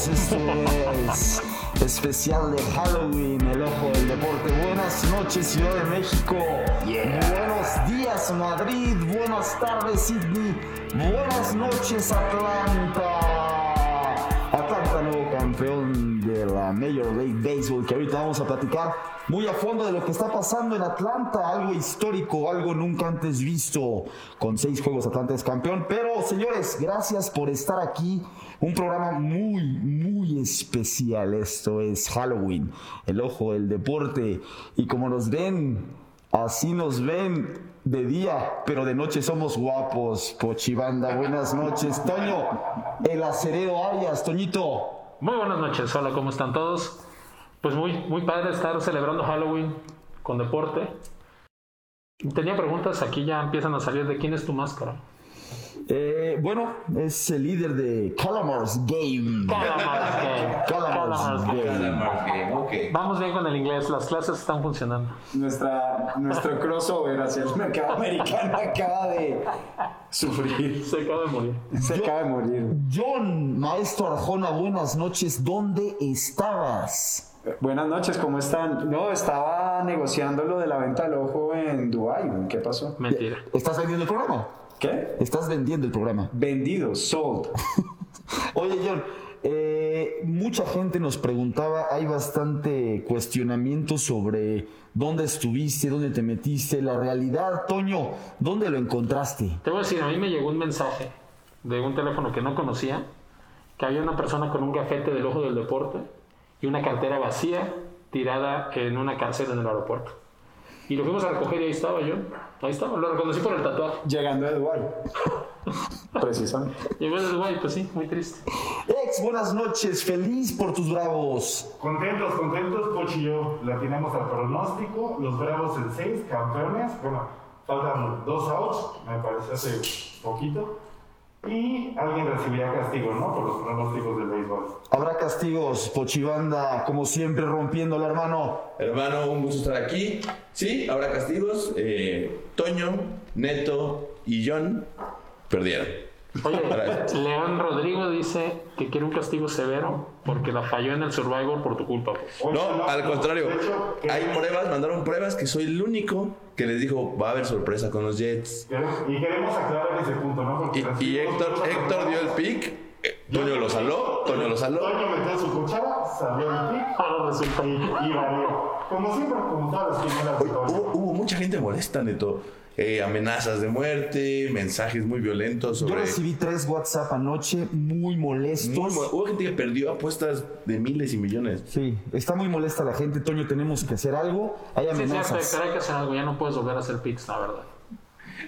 Este Jueves, Este especial de Halloween, el ojo del deporte. Buenas noches, Ciudad de México. Yeah. Buenos días, Madrid. Buenas tardes, Sydney. Buenas noches, Atlanta. Atlanta, nuevo campeón de la Major League Baseball, que ahorita vamos a platicar muy a fondo de lo que está pasando en Atlanta, algo histórico, algo nunca antes visto. Con seis juegos Atlanta es campeón. Pero, señores, gracias por estar aquí. Un programa muy, muy especial. Esto es Halloween, el ojo del deporte. Y como nos ven, así nos ven de día, pero de noche somos guapos. Pochibanda, buenas noches. Toño, el acerero Arias, Toñito. Muy buenas noches, hola, ¿cómo están todos? Pues muy, muy padre estar celebrando Halloween con deporte. Tenía preguntas, aquí ya empiezan a salir de quién es tu máscara. Eh, bueno, es el líder de Calamars Game. Calamars Game. Calamars Calamars Game. Calamar Game, ok. Vamos bien con el inglés, las clases están funcionando. Nuestra, nuestro crossover hacia el mercado americano acaba de sufrir. Se acaba de morir. Se acaba de morir. John, maestro Arjona, buenas noches. ¿Dónde estabas? Buenas noches, ¿cómo están? No, estaba negociando lo de la venta del ojo en Dubái. ¿Qué pasó? Mentira. ¿Estás vendiendo el programa? ¿Qué? Estás vendiendo el programa. Vendido, sold. Oye, John, eh, mucha gente nos preguntaba, hay bastante cuestionamiento sobre dónde estuviste, dónde te metiste, la realidad. Toño, ¿dónde lo encontraste? Te voy a decir, a mí me llegó un mensaje de un teléfono que no conocía, que había una persona con un gafete del ojo del deporte y una cartera vacía tirada en una cárcel en el aeropuerto. Y lo fuimos a recoger y ahí estaba yo. Ahí estaba, lo reconocí por el tatuaje. Llegando a Dubái. Precisamente. Y bueno, güey, pues sí, muy triste. Ex, buenas noches, feliz por tus bravos. Contentos, contentos, Pochi y yo la tenemos al pronóstico, los Bravos en 6, campeones, bueno, faltan 2 outs, me parece hace poquito, y alguien recibirá castigo, ¿no? Por los pronósticos del béisbol. Habrá castigos, Pochibanda, como siempre, rompiéndola, hermano. Hermano, un gusto estar aquí. Sí, habrá castigos. Eh, Toño, Neto y John perdieron. Oye, Para- León Rodrigo dice que quiere un castigo severo porque la falló en el Survivor por tu culpa. pues. No, al contrario. De hecho, que- Hay pruebas, mandaron pruebas que soy el único que les dijo va a haber sorpresa con los Jets. queremos- Y queremos aclarar ese punto, ¿no? Porque Y, y recibimos Héctor, muchas Héctor dio el llamadas. pick. eh, Toño lo saló, Toño lo saló. Toño metió su cuchara, salió el pick Ahora resulta. y, y valió. Como siempre, como todas las quinielas de Oye, Toño. Hubo, hubo mucha gente molesta, Neto. Eh, amenazas de muerte, mensajes muy violentos Yo sobre... recibí tres WhatsApp anoche muy molestos. Muy mo- hubo gente que perdió apuestas de miles y millones. sí, está muy molesta la gente, Toño, tenemos que hacer algo. Hay Sí, sí, amenazas. pero hay que hacer algo, ya no puedes volver a hacer picks, la verdad.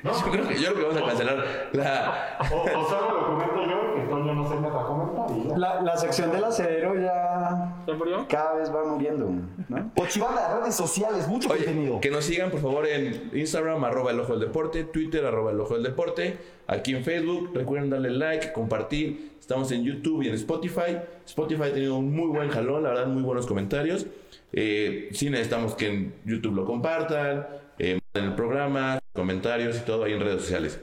Yo creo que, yo creo que vamos a cancelar la. O, o solo lo comento yo, que Toño no se meta a comentar y ya. La, la sección del acerero ya ¿Se murió? cada vez va muriendo, ¿no? Pochibanda, redes sociales, mucho Oye, contenido. que nos sigan por favor en Instagram, arroba el ojo del deporte, Twitter, arroba el ojo del deporte, aquí en Facebook. Recuerden darle like, compartir. Estamos en YouTube y en Spotify. Spotify ha tenido un muy buen jalón, la verdad, muy buenos comentarios. Eh, sí necesitamos que en YouTube lo compartan, eh, en el programa, comentarios y todo ahí en redes sociales.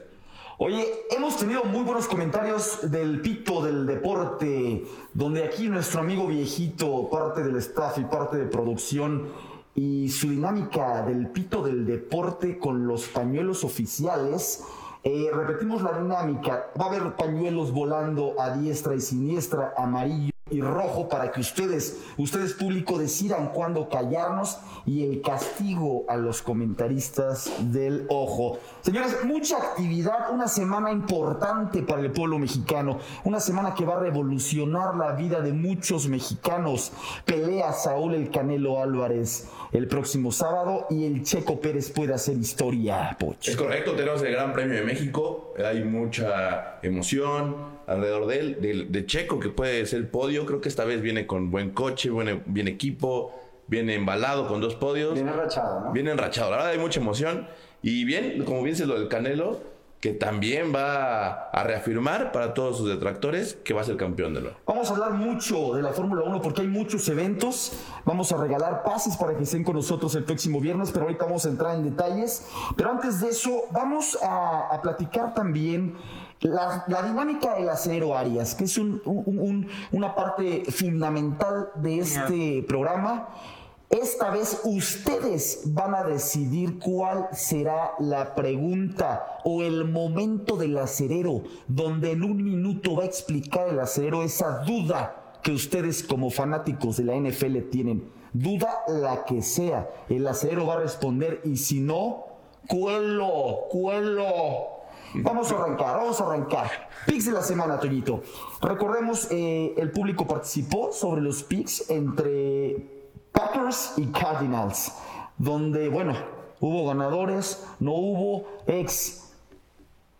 Oye, hemos tenido muy buenos comentarios del pito del deporte, donde aquí nuestro amigo viejito, parte del staff y parte de producción, y su dinámica del pito del deporte con los pañuelos oficiales. Eh, repetimos la dinámica, va a haber pañuelos volando a diestra y siniestra, amarillo y rojo para que ustedes, ustedes público, decidan cuándo callarnos y el castigo a los comentaristas del ojo. Señores, mucha actividad, una semana importante para el pueblo mexicano, una semana que va a revolucionar la vida de muchos mexicanos. Pelea Saúl el Canelo Álvarez el próximo sábado y el Checo Pérez puede hacer historia, Poch. Es correcto, tenemos el Gran Premio de México. Hay mucha emoción alrededor de él, del- de, Checo, que puede ser podio. Creo que esta vez viene con buen coche, buen, buen equipo, viene embalado con dos podios, Viene rachado, ¿no? viene enrachado. La verdad, hay mucha emoción. Y bien, como bien se lo del Canelo, que también va a reafirmar para todos sus detractores que va a ser campeón de lo. Vamos a hablar mucho de la Fórmula 1 porque hay muchos eventos. Vamos a regalar pases para que estén con nosotros el próximo viernes, pero ahorita vamos a entrar en detalles. Pero antes de eso, vamos a, a platicar también La, la dinámica del acero Arias, que es un- un- un- una parte fundamental de este programa, esta vez ustedes van a decidir cuál será la pregunta o el momento del acerero, donde en un minuto va a explicar el acerero esa duda que ustedes como fanáticos de la NFL tienen. Duda la que sea, el acerero va a responder y si no, cuelo, cuelo. Vamos a arrancar, vamos a arrancar. Picks de la semana, Toñito. Recordemos, eh, el público participó sobre los picks entre Packers y Cardinals, donde, bueno, hubo ganadores, no hubo ex,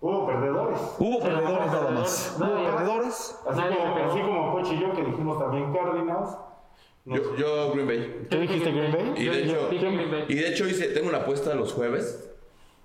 Hubo perdedores. hubo Sí, perdedores hubo nada más. perdedores. Hubo Nada más. perdedores. Así Nadie como, le pegó. así como Poch y yo que dijimos también Cardinals. Yo, yo Green Bay. ¿Tú dijiste Green Bay? Y Yo- de yo hecho, dije Green Bay. y de hecho hice, tengo una apuesta los jueves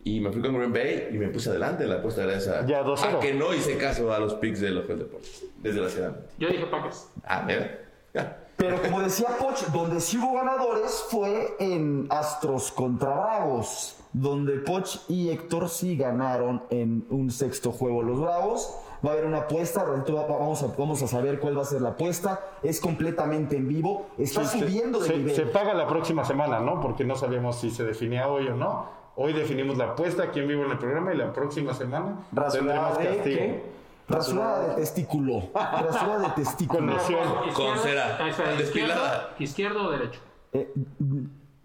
y me fui con Green Bay y me puse adelante en la apuesta de esa. Ya, 2-0. A que no hice caso a los picks de los del deporte, desgraciadamente. Yo dije Packers. Ah, mira. Ya. Pero como decía Poch, donde sí hubo ganadores fue en Astros contra Bravos, donde Poch y Héctor sí ganaron en un sexto juego los Bravos. Va a haber una apuesta, al ratito va- va- vamos a, vamos a saber cuál va a ser la apuesta. Es completamente en vivo, está Sí, se- subiendo de se, nivel. se paga la próxima semana, ¿no? Porque no sabemos si se definía hoy o no. Hoy definimos la apuesta aquí en vivo en el programa y la próxima semana Rasurada tendremos de castigo. qué? Rasurada de testículo, rasurada de testículo. Con- Con Izquierda- cera. ahí está, Despilada. Izquierdo, izquierdo o derecho. Eh,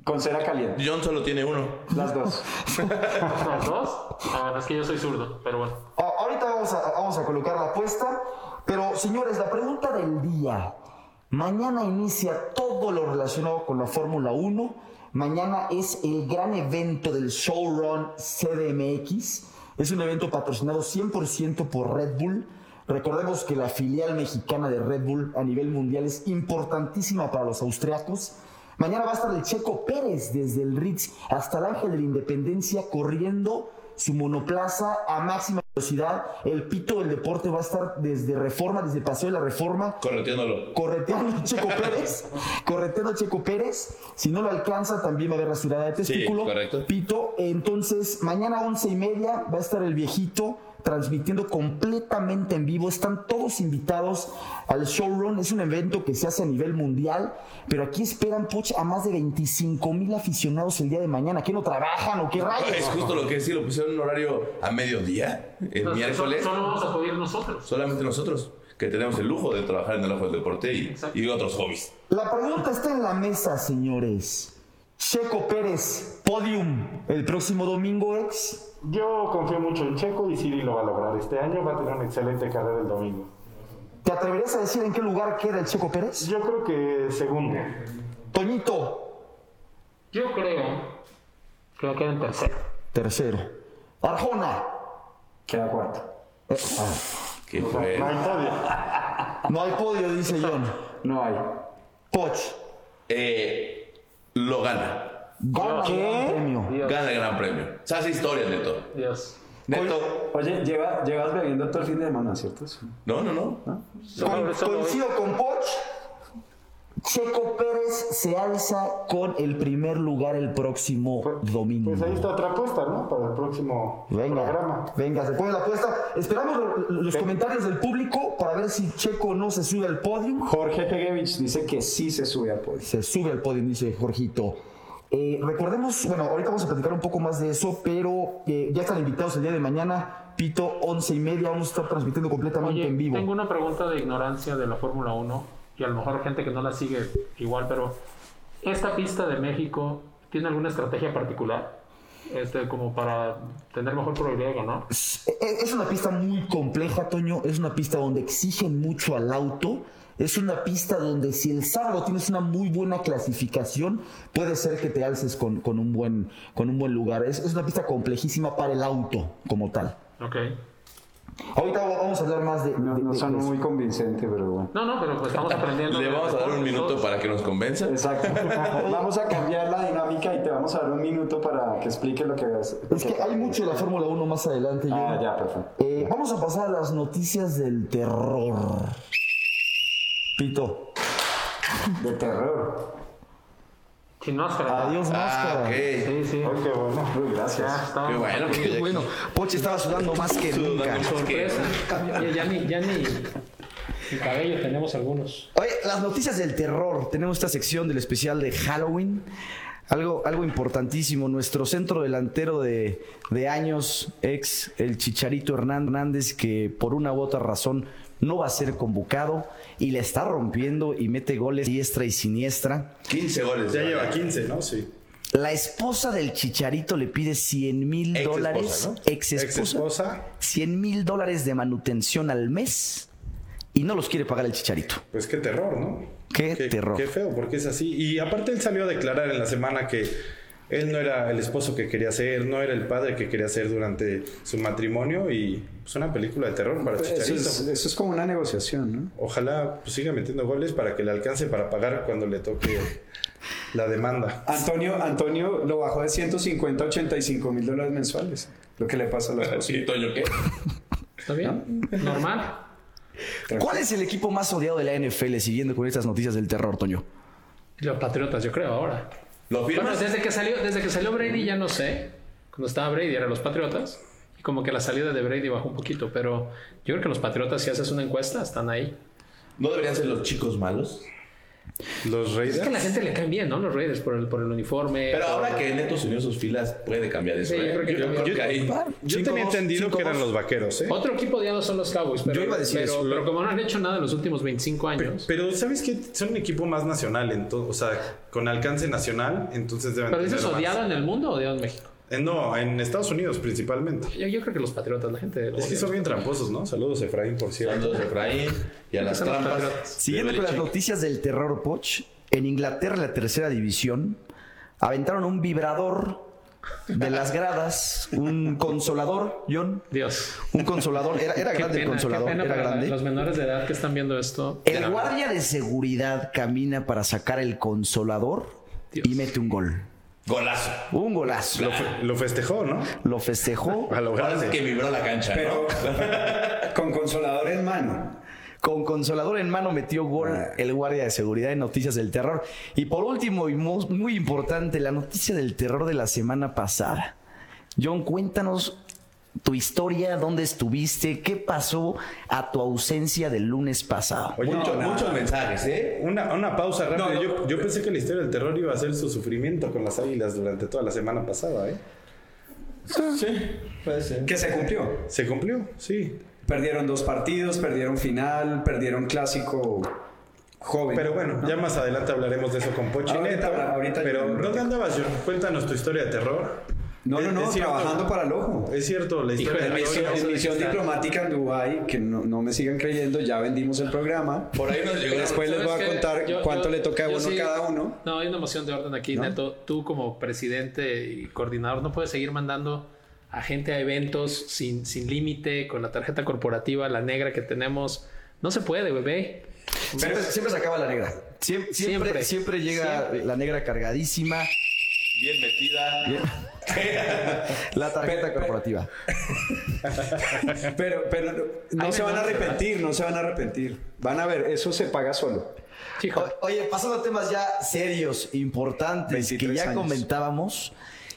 Con cera caliente. John solo tiene uno. Las dos. Los dos. La verdad es que yo soy zurdo, pero bueno. A- Ahorita vamos a, vamos a colocar la apuesta, pero señores, la pregunta del día. Mañana inicia todo lo relacionado con la Fórmula 1. Mañana es el gran evento del Showrun CDMX. Es un evento patrocinado 100% por Red Bull. Recordemos que la filial mexicana de Red Bull a nivel mundial es importantísima para los austriacos. Mañana va a estar el Checo Pérez desde el Ritz hasta el Ángel de la Independencia corriendo su monoplaza a máxima velocidad. El pito del deporte va a estar desde Reforma, desde Paseo de la Reforma, Correteándolo. correteando a Checo Pérez, correteando a Checo Pérez. Si no lo alcanza, también va a haber rasurada de testículo. correcto. Pito, entonces mañana a once y media va a estar el viejito transmitiendo completamente en vivo. Están todos invitados al showrun. Es un evento que se hace a nivel mundial, pero aquí esperan Poch a más de 25 mil aficionados el día de mañana. ¿Qué no trabajan o qué rayos? Es justo lo que decía, lo pusieron en un horario a mediodía, el Entonces, miércoles. Solo, solo vamos a poder ir nosotros. Solamente nosotros, que tenemos el lujo de trabajar en el ojo del deporte y, Exacto. y otros hobbies. La pregunta está en la mesa, señores. Checo Pérez, podium, el próximo domingo ex. Yo confío mucho en Checo y Siri lo va a lograr. Este año va a tener una excelente carrera el domingo. ¿Te atreverías a decir en qué lugar queda el Checo Pérez? Yo creo que segundo. Toñito, Yo creo que va a quedar en tercero. tercero. Arjona, Queda cuarto. Que Eh. fue No hay podio. no hay podio, dice John. No hay. Poch, eh, lo gana. gana el gran premio. Dios. Gana el gran premio. Se hace historia, Neto. Dios. Neto. Oye, lleva- llevas bebiendo todo el fin de semana, ¿cierto? No, no, no. Con- coincido con Poch. Checo Pérez se alza con el primer lugar el próximo domingo. Pues ahí está otra apuesta, ¿no? Para el próximo programa. Venga, venga, se pone la apuesta. Esperamos lo- lo- los comentarios del público para ver si Checo no se sube al podio. Jorge Pegevich dice que sí se sube a podio. Se sube al podio, dice Jorgito. Eh, recordemos, bueno, ahorita vamos a platicar un poco más de eso, pero eh, ya están invitados el día de mañana, Pito, once y media, vamos a estar transmitiendo completamente Oye, en vivo. tengo una pregunta de ignorancia de la Fórmula 1 y a lo mejor gente que no la sigue igual, pero ¿esta pista de México tiene alguna estrategia particular? Este, como para tener mejor probabilidad de ganar. E- Es una pista muy compleja, Toño. Es una pista donde exigen mucho al auto. Es una pista donde si el sábado tienes una muy buena clasificación, puede ser que te alces con, con un, buen, con un buen lugar. Es, es una pista complejísima para el auto como tal. Ok. Ahorita vamos a hablar más de... No, de- no de- son de eso. muy convincentes, pero bueno. No, no, pero pues estamos aprendiendo. Le de- vamos a dar un minuto para que nos convenza. Exacto. Vamos a cambiar la dinámica y te vamos a dar un minuto para que explique lo que ves. Es que hay mucho de la Fórmula 1 más adelante. Ah, John. ya, perfecto. Eh, vamos a pasar a las noticias del terror. Pito. De terror. Sin máscara. Adiós, Ah, máscara. ok. Sí, Ah, sí. Ay, qué bueno. Uy, Ya gracias. está. Qué bueno. porque ya- Bueno, Pochi estaba sudando más que Sudando nunca. más. Sorpresa. Pues, Ya, ya ni, ya ni, ni cabello tenemos algunos. Oye, las noticias del terror. Tenemos esta sección del especial de Halloween. Algo, algo importantísimo. Nuestro centro delantero de, de años, ex el Chicharito Hernán- Hernández, que por una u otra razón no va a ser convocado y la está rompiendo y mete goles diestra y siniestra. 15 goles. Ya ¿no? lleva 15, ¿no? Sí. La esposa del Chicharito le pide 100 mil Ex esposa, dólares, ¿no? ex Ex esposa, esposa, 100 mil dólares de manutención al mes y no los quiere pagar el Chicharito. pues qué terror, ¿no? Qué terror. Qué feo, porque es así. Y aparte él salió a declarar en la semana que él no era el esposo que quería ser, no era el padre que quería ser durante su matrimonio y pues una película de terror para Pues, Eso Chicharito. es, eso es como una negociación, ¿no? Ojalá pues, siga metiendo goles para que le alcance para pagar cuando le toque la demanda. Antonio, Antonio lo bajó de 150 a 85 mil dólares mensuales. Lo que le pasa a las Ah, cosas. Sí, Toño, ¿qué? ¿Está bien? Normal. ¿Cuál es el equipo más odiado de la NFL siguiendo con estas noticias del terror, Toño? Los Patriotas, yo creo, ahora. ¿Lo Bueno, firmas? desde que salió, desde que salió Brady ya no sé. Cuando estaba Brady eran los Patriotas. Y como que la salida de Brady bajó un poquito. Pero yo creo que los Patriotas, si haces una encuesta, están ahí. ¿No deberían ser los chicos malos? Los Es que a Raiders. la gente le caen bien, ¿no? Los Raiders por el, por el uniforme. Pero por- ahora que Neto se unió a sus filas, puede cambiar eso. Sí, yo ¿eh? creo que también. ahí. Yo tenía entendido que eran los vaqueros, ¿eh? Otro equipo odiado son los Cowboys. Pero, Yo iba a decir pero, eso. pero como no han hecho nada en los últimos 25 años. Pero, Pero ¿sabes qué? Son un equipo más nacional, ento- o sea, con alcance nacional, entonces deben dices tener más. odiado en el mundo o odiado en México. Eh, No, en Estados Unidos principalmente. Yo, yo creo que los Patriotas, la gente. lo Es que odia. son bien tramposos, ¿no? Saludos, Efraín, por cierto. Saludos a Efraín y a las Son los trampas. Patriotas. Siguiendo de con las Belichick. noticias del terror, Poch, en Inglaterra, la tercera división, aventaron un vibrador de las gradas, un consolador, John. Dios. Un consolador, era, era Qué grande pena, el consolador, qué pena era para Los grande. menores de edad que están viendo esto. El guardia de seguridad camina para sacar el consolador Dios. y mete un gol. Golazo. Un golazo. Lo, fe- lo festejó, ¿no? Lo festejó A lo Ahora sí grande. que vibró la cancha, Pero ¿no? con consolador en mano. Con consolador en mano metió gol el guardia de seguridad en Noticias del Terror. Y por último, y mo- muy importante, la noticia del terror de la semana pasada. John, cuéntanos tu historia, dónde estuviste, qué pasó a tu ausencia del lunes pasado. Oye, Mucho- no, no. Muchos mensajes, ¿eh? Una, una pausa rápida. No, no. Yo, yo pensé que la historia del terror iba a ser su sufrimiento con las águilas durante toda la semana pasada, ¿eh? Que se cumplió. Se cumplió, sí. Perdieron dos partidos, perdieron final, perdieron clásico joven. Pero bueno, ¿no? ya más adelante hablaremos de eso con Pochi Ahorita Neto. habla- ahorita pero, yo- ¿dónde andabas, John? Cuéntanos tu historia de terror. No, no, Es- no, es cierto- trabajando para el ojo. Es cierto, la historia Híjole, de misión- terror. En misión diplomática en Dubái, que no, no me sigan creyendo, ya vendimos el programa. Por ahí nos llegó. Después les voy ¿Sabes a qué? contar Yo- cuánto yo- le toca a yo uno sí- cada uno. No, hay una moción de orden aquí, Neto. Tú como presidente y coordinador no puedes seguir mandando a gente a eventos sin, sin límite, con la tarjeta corporativa, la negra que tenemos. No se puede, bebé. Siempre, siempre se acaba la negra. Siem- Siempre, siempre, Siempre. llega Siempre. la negra cargadísima, Bien metida. la tarjeta Pero- pero- corporativa. Pero, pero no- no, Ahí se me van a notas, arrepentir, no se van a arrepentir. Van a ver, eso se paga solo. Chico, O- Oye, pasando a temas ya serios, importantes, 23 que ya años. comentábamos.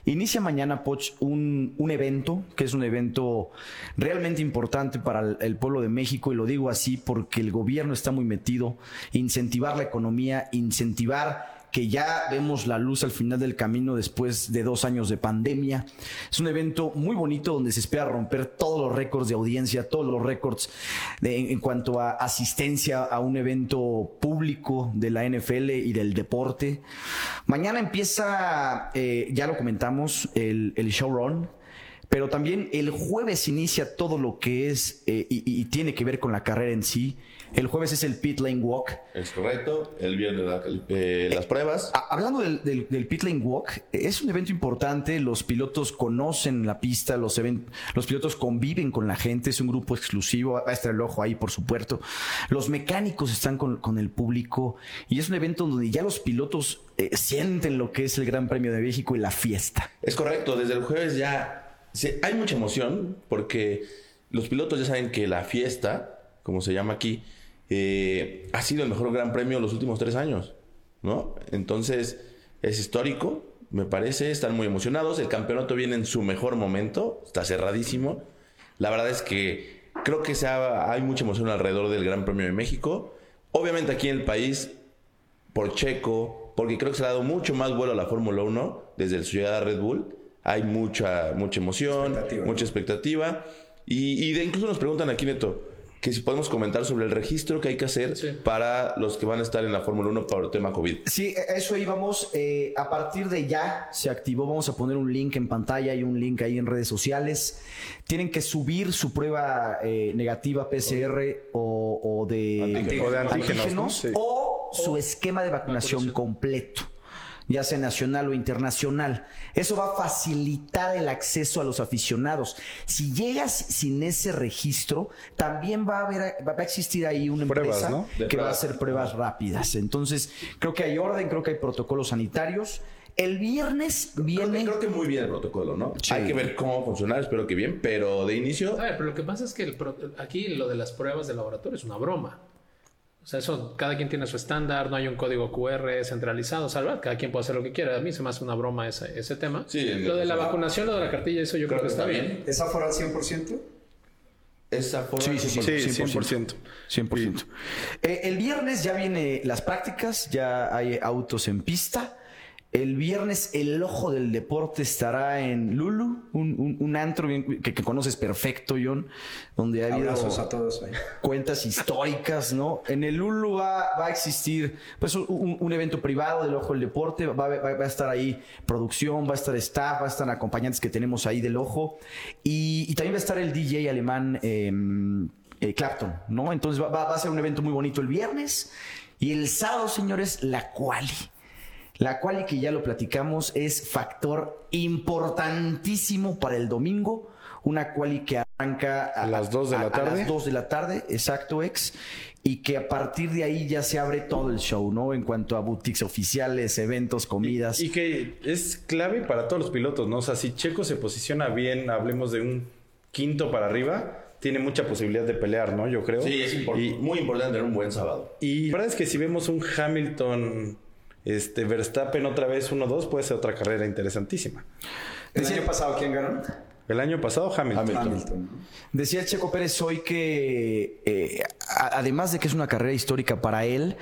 Inicia mañana, Poch, un, un evento, que es un evento realmente importante para el, el pueblo de México, y lo digo así porque el gobierno está muy metido, incentivar la economía, incentivar que ya vemos la luz al final del camino después de dos años de pandemia. Es un evento muy bonito donde se espera romper todos los récords de audiencia, todos los récords de- en, en cuanto a asistencia a un evento público de la NFL y del deporte. Mañana empieza, eh, ya lo comentamos, el, el showrun. Pero también el jueves inicia todo lo que es eh, y- y- y tiene que ver con la carrera en sí. El jueves es el Pit Lane Walk, Es correcto. El viernes la- eh, las pruebas. Ah, Hablando del, del, del Pit Lane Walk, es un evento importante. Los pilotos conocen la pista, los, even- los pilotos conviven con la gente, es un grupo exclusivo. Va a estar el ojo ahí, por supuesto. Los mecánicos están con, con el público y es un evento donde ya los pilotos eh, sienten lo que es el Gran Premio de México y la fiesta. Es correcto, desde el jueves ya se- hay mucha emoción porque los pilotos ya saben que la fiesta, como se llama aquí, eh, ha sido el mejor gran premio los últimos tres años, ¿no? Entonces, es histórico, me parece, están muy emocionados, el campeonato viene en su mejor momento, está cerradísimo. La verdad es que creo que se ha- hay mucha emoción alrededor del Gran Premio de México. Obviamente aquí en el país, por Checo, porque creo que se le ha dado mucho más vuelo a la Fórmula 1 desde su llegada a Red Bull. Hay mucha, mucha emoción, Expectativa. mucha expectativa. Y, y de, incluso nos preguntan aquí, Neto, que si podemos comentar sobre el registro que hay que hacer Sí. para los que van a estar en la Fórmula 1 por el tema COVID. Sí, a eso íbamos. eh, a partir de ya se activó. Vamos a poner un link en pantalla y un link ahí en redes sociales. Tienen que subir su prueba eh, negativa PCR o, o de, Antígenos. O de antígenos, ¿no? antígenos, Sí. o su esquema de vacunación completo ya sea nacional o internacional. Eso va a facilitar el acceso a los aficionados. Si llegas sin ese registro, también va a haber, va a existir ahí una Pruebas, empresa ¿no? que va a hacer pruebas rápidas. Entonces, creo que hay orden, creo que hay protocolos sanitarios. El viernes Creo que, viene. creo que muy bien el protocolo, ¿no? Sí. Hay que ver cómo funciona, espero que bien, pero de inicio, A ver, pero lo que pasa es que el pro- aquí lo de las pruebas de laboratorio es una broma. O sea, eso, cada quien tiene su estándar, no hay un código QR centralizado, o sea, ¿verdad? cada quien puede hacer lo que quiera. A mí se me hace una broma ese, ese tema. Sí, en- lo de la vacunación, lo de la cartilla, eso yo creo, que está bien. ¿Es aforar 100%? esa forma. Sí, sí, sí. Sí, 100%. 100%. 100%. Eh, el viernes ya vienen las prácticas, ya hay autos en pista. El viernes el ojo del deporte estará en Lulu, un, un- un antro bien- que, que conoces perfecto, John, donde ha habido Abrazos a todos ahí. cuentas históricas, ¿no? En el Lulu va, va a existir pues un- un, un evento privado del Ojo del Deporte, va, va- va a estar ahí producción, va a estar staff, va a estar acompañantes que tenemos ahí del Ojo y, y también va a estar el DJ alemán eh, eh, Clapton, ¿no? Entonces va, va- va a ser un evento muy bonito el viernes y el sábado, señores, la quali. La cual y que ya lo platicamos es factor importantísimo para el domingo. Una cual y que arranca A las dos de la tarde. las 2 de la tarde, exacto, ex. Y que a partir de ahí ya se abre todo el show, ¿no? En cuanto a boutiques oficiales, eventos, comidas. Y que es clave para todos los pilotos, ¿no? O sea, si Checo se posiciona bien, hablemos de un quinto para arriba, tiene mucha posibilidad de pelear, ¿no? Yo creo. Sí, es impor- Y- muy importante tener un buen sábado. Y la verdad es que si vemos un Hamilton, este Verstappen otra vez 1-2, puede ser otra carrera interesantísima. ¿El año pasado quién ganó? El año pasado Hamilton. Hamilton. Decía Checo Pérez hoy que, eh, a- además de que es una carrera histórica para él,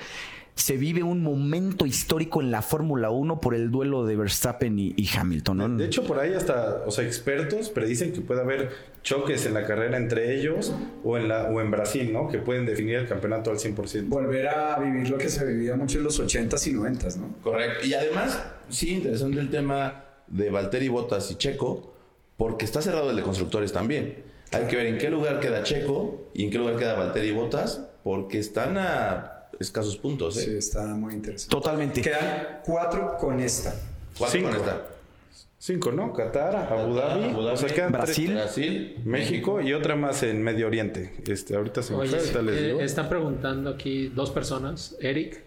se vive un momento histórico en la Fórmula 1 por el duelo de Verstappen y, y Hamilton, ¿no? De hecho, por ahí hasta, o sea, expertos predicen que puede haber choques en la carrera entre ellos o en, la, o en Brasil, ¿no? Que pueden definir el campeonato al 100%. Volver a vivir lo que se vivía mucho en los 80s y 90s, ¿no? Correcto. Y además, sí, interesante el tema de Valtteri Bottas y Checo, porque está cerrado el de constructores también. Hay que ver en qué lugar queda Checo y en qué lugar queda Valtteri Bottas, porque están a escasos puntos, Sí, ¿eh? está muy interesante. Totalmente. Quedan cuatro con esta. ¿Cuánto Cinco. van a estar? Cinco, ¿no? Qatar, Abu Qatar, Dhabi, Abu Dhabi, o sea, quedan tres- Brasil. Brasil, México y otra más en Medio Oriente. Este, ahorita se me Oye, fue, ahorita les eh, digo. están preguntando aquí dos personas, Eric,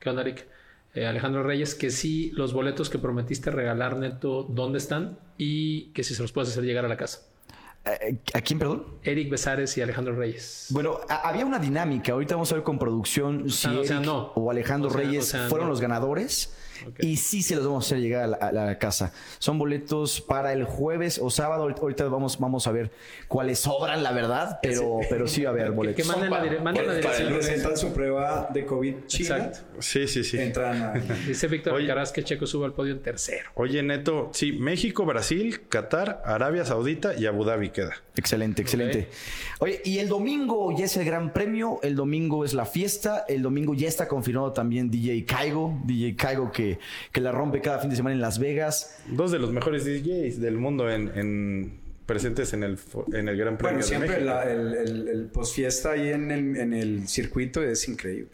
¿qué onda Eric? Eh, Alejandro Reyes, que si los boletos que prometiste regalar neto, ¿dónde están? Y que si se los puedes hacer llegar a la casa. Eh, ¿A quién, perdón? Eric Besares y Alejandro Reyes. Bueno, a- había una dinámica. Ahorita vamos a ver con producción si Ah, o sea, Eric no. o Alejandro O sea, Reyes o sea, fueron no. los ganadores. Ok. Y sí se los vamos a hacer llegar a la, a la casa. Son boletos para el jueves o sábado. Ahorita- Ahorita vamos, vamos a ver cuáles sobran, la verdad. Pero, pero sí va a haber Que boletos. manden la, dire- manden la para- dirección. Presentan su prueba de COVID china. Exacto. Sí, sí, sí. Entran a... Dice Víctor Oye. Alcaraz que Checo sube al podio en tercero. Oye, Neto, sí, México, Brasil, Qatar, Arabia Saudita y Abu Dhabi queda. Excelente, excelente. Oye, y el domingo ya es el gran premio, el domingo es la fiesta, el domingo ya está confirmado también DJ Caigo, DJ Caigo que, que la rompe cada fin de semana en Las Vegas. Dos de los mejores DJs del mundo en, en- presentes en el, fo- en el Gran Bueno, Premio de siempre México. la- el, el, el posfiesta ahí en el, en el circuito es increíble.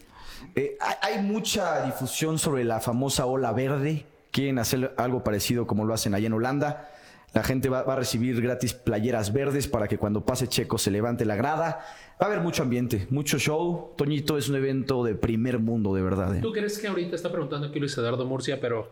Eh, hay- hay mucha difusión sobre la famosa ola verde, quieren hacer algo parecido como lo hacen allá en Holanda. La gente va, va a recibir gratis playeras verdes para que cuando pase Checo se levante la grada. Va a haber mucho ambiente, mucho show. Toñito es un evento de primer mundo, de verdad. eh. ¿Tú crees que ahorita está preguntando aquí Luis Eduardo Murcia, pero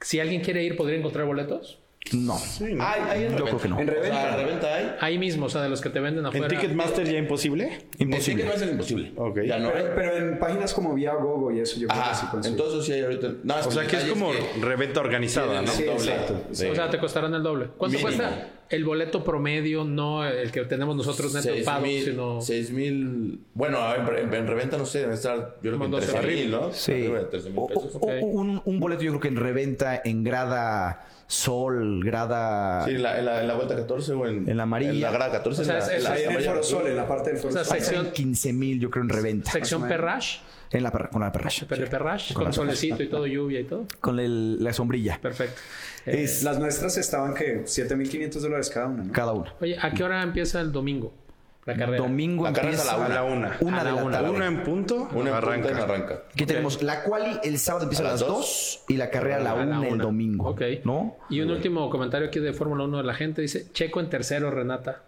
si alguien quiere ir, podría encontrar boletos? No. ¿no? Hay, hay en Yo creo que no. O sea, reventa? reventa hay. Ahí mismo, o sea, de los que te venden ¿En afuera. Ticketmaster ya imposible? Imposible. va a ser imposible. Ok. Ya no hay. Pero, pero en páginas como Viagogo y eso yo creo que sí Ajá. consigo. Entonces sí hay ahorita. No, O sea que es como reventa organizada, ¿no? Sí, doble. exacto. Sí. O sea, te costarán el doble. ¿Cuánto Mínimo. cuesta el boleto promedio, no el que tenemos nosotros neto Seis pago, mil- sino seis mil. Bueno, a ver, en, en reventa no sé, deben estar. Yo creo que Como en 12 13 mil, mil. ¿no? Sí. Oh, Arriba de 13 mil O- pesos. o- o- un, un boleto yo creo que en reventa, en grada sol, grada... Sí, en la, en, la, en la vuelta 14 o en. oh. En la amarilla. En la grada 14. O sea, en la- es- en es- la- ahí Ahí en el amarilla. Foro Sol, en la parte del Foro O sea, Sol. sí. sección- 15 mil yo creo en reventa. sección más o menos. Perrash, En la perra- con la perracha. de Perrash, Con con la- solecito y todo, lluvia y todo. Con el- la sombrilla. Perfecto. Eh, Es Las nuestras estaban que 7.500 dólares cada una, ¿no? cada una. oye, ¿a qué hora empieza el domingo? La carrera. Domingo La carrera es empieza a A la una. una A de la la una. tarde. Una en punto, Una arranca. arranca. arranca. Aquí tenemos la quali el sábado empieza a las 2 y la carrera a la A la 1 el una. domingo. Ok. ¿No? Y un último comentario aquí de Fórmula 1 de la gente. Dice, Checo en tercero, Renata.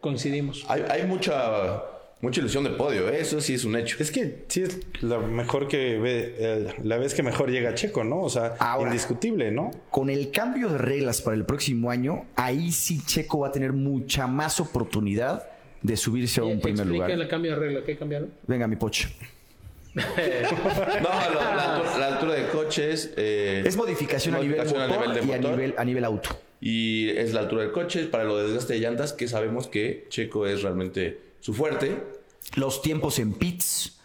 Coincidimos. Hay, hay mucha, mucha ilusión de podio, ¿eh? eso sí es un hecho. Es que sí es la mejor que ve, eh, la vez que mejor llega Checo, ¿no? O sea, Ahora. indiscutible, ¿no? Con el cambio de reglas para el próximo año, ahí sí Checo va a tener mucha más oportunidad de subirse a un primer lugar. Eh, el cambio de regla. ¿Qué cambiaron? Venga, mi poche. No, la, la altura, la altura de coches. eh, Es modificación, modificación a al nivel motor nivel y de a motor. nivel, a nivel auto. Y es la altura del coche para lo de desgaste de llantas, que sabemos que Checo es realmente su fuerte. Los tiempos en pits,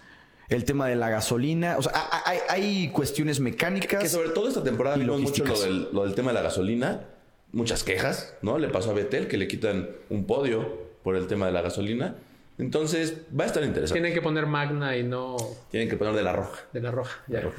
el tema de la gasolina. O sea, ha- ha- hay, hay cuestiones mecánicas. Que sobre todo esta temporada Y vimos mucho lo logísticas. del, lo del tema de la gasolina. Muchas quejas, ¿no? Le pasó a Betel que le quitan un podio por el tema de la gasolina. Entonces, va a estar interesante. Tienen que poner Magna y no Tienen que poner de la roja. de la roja. Ya, ok.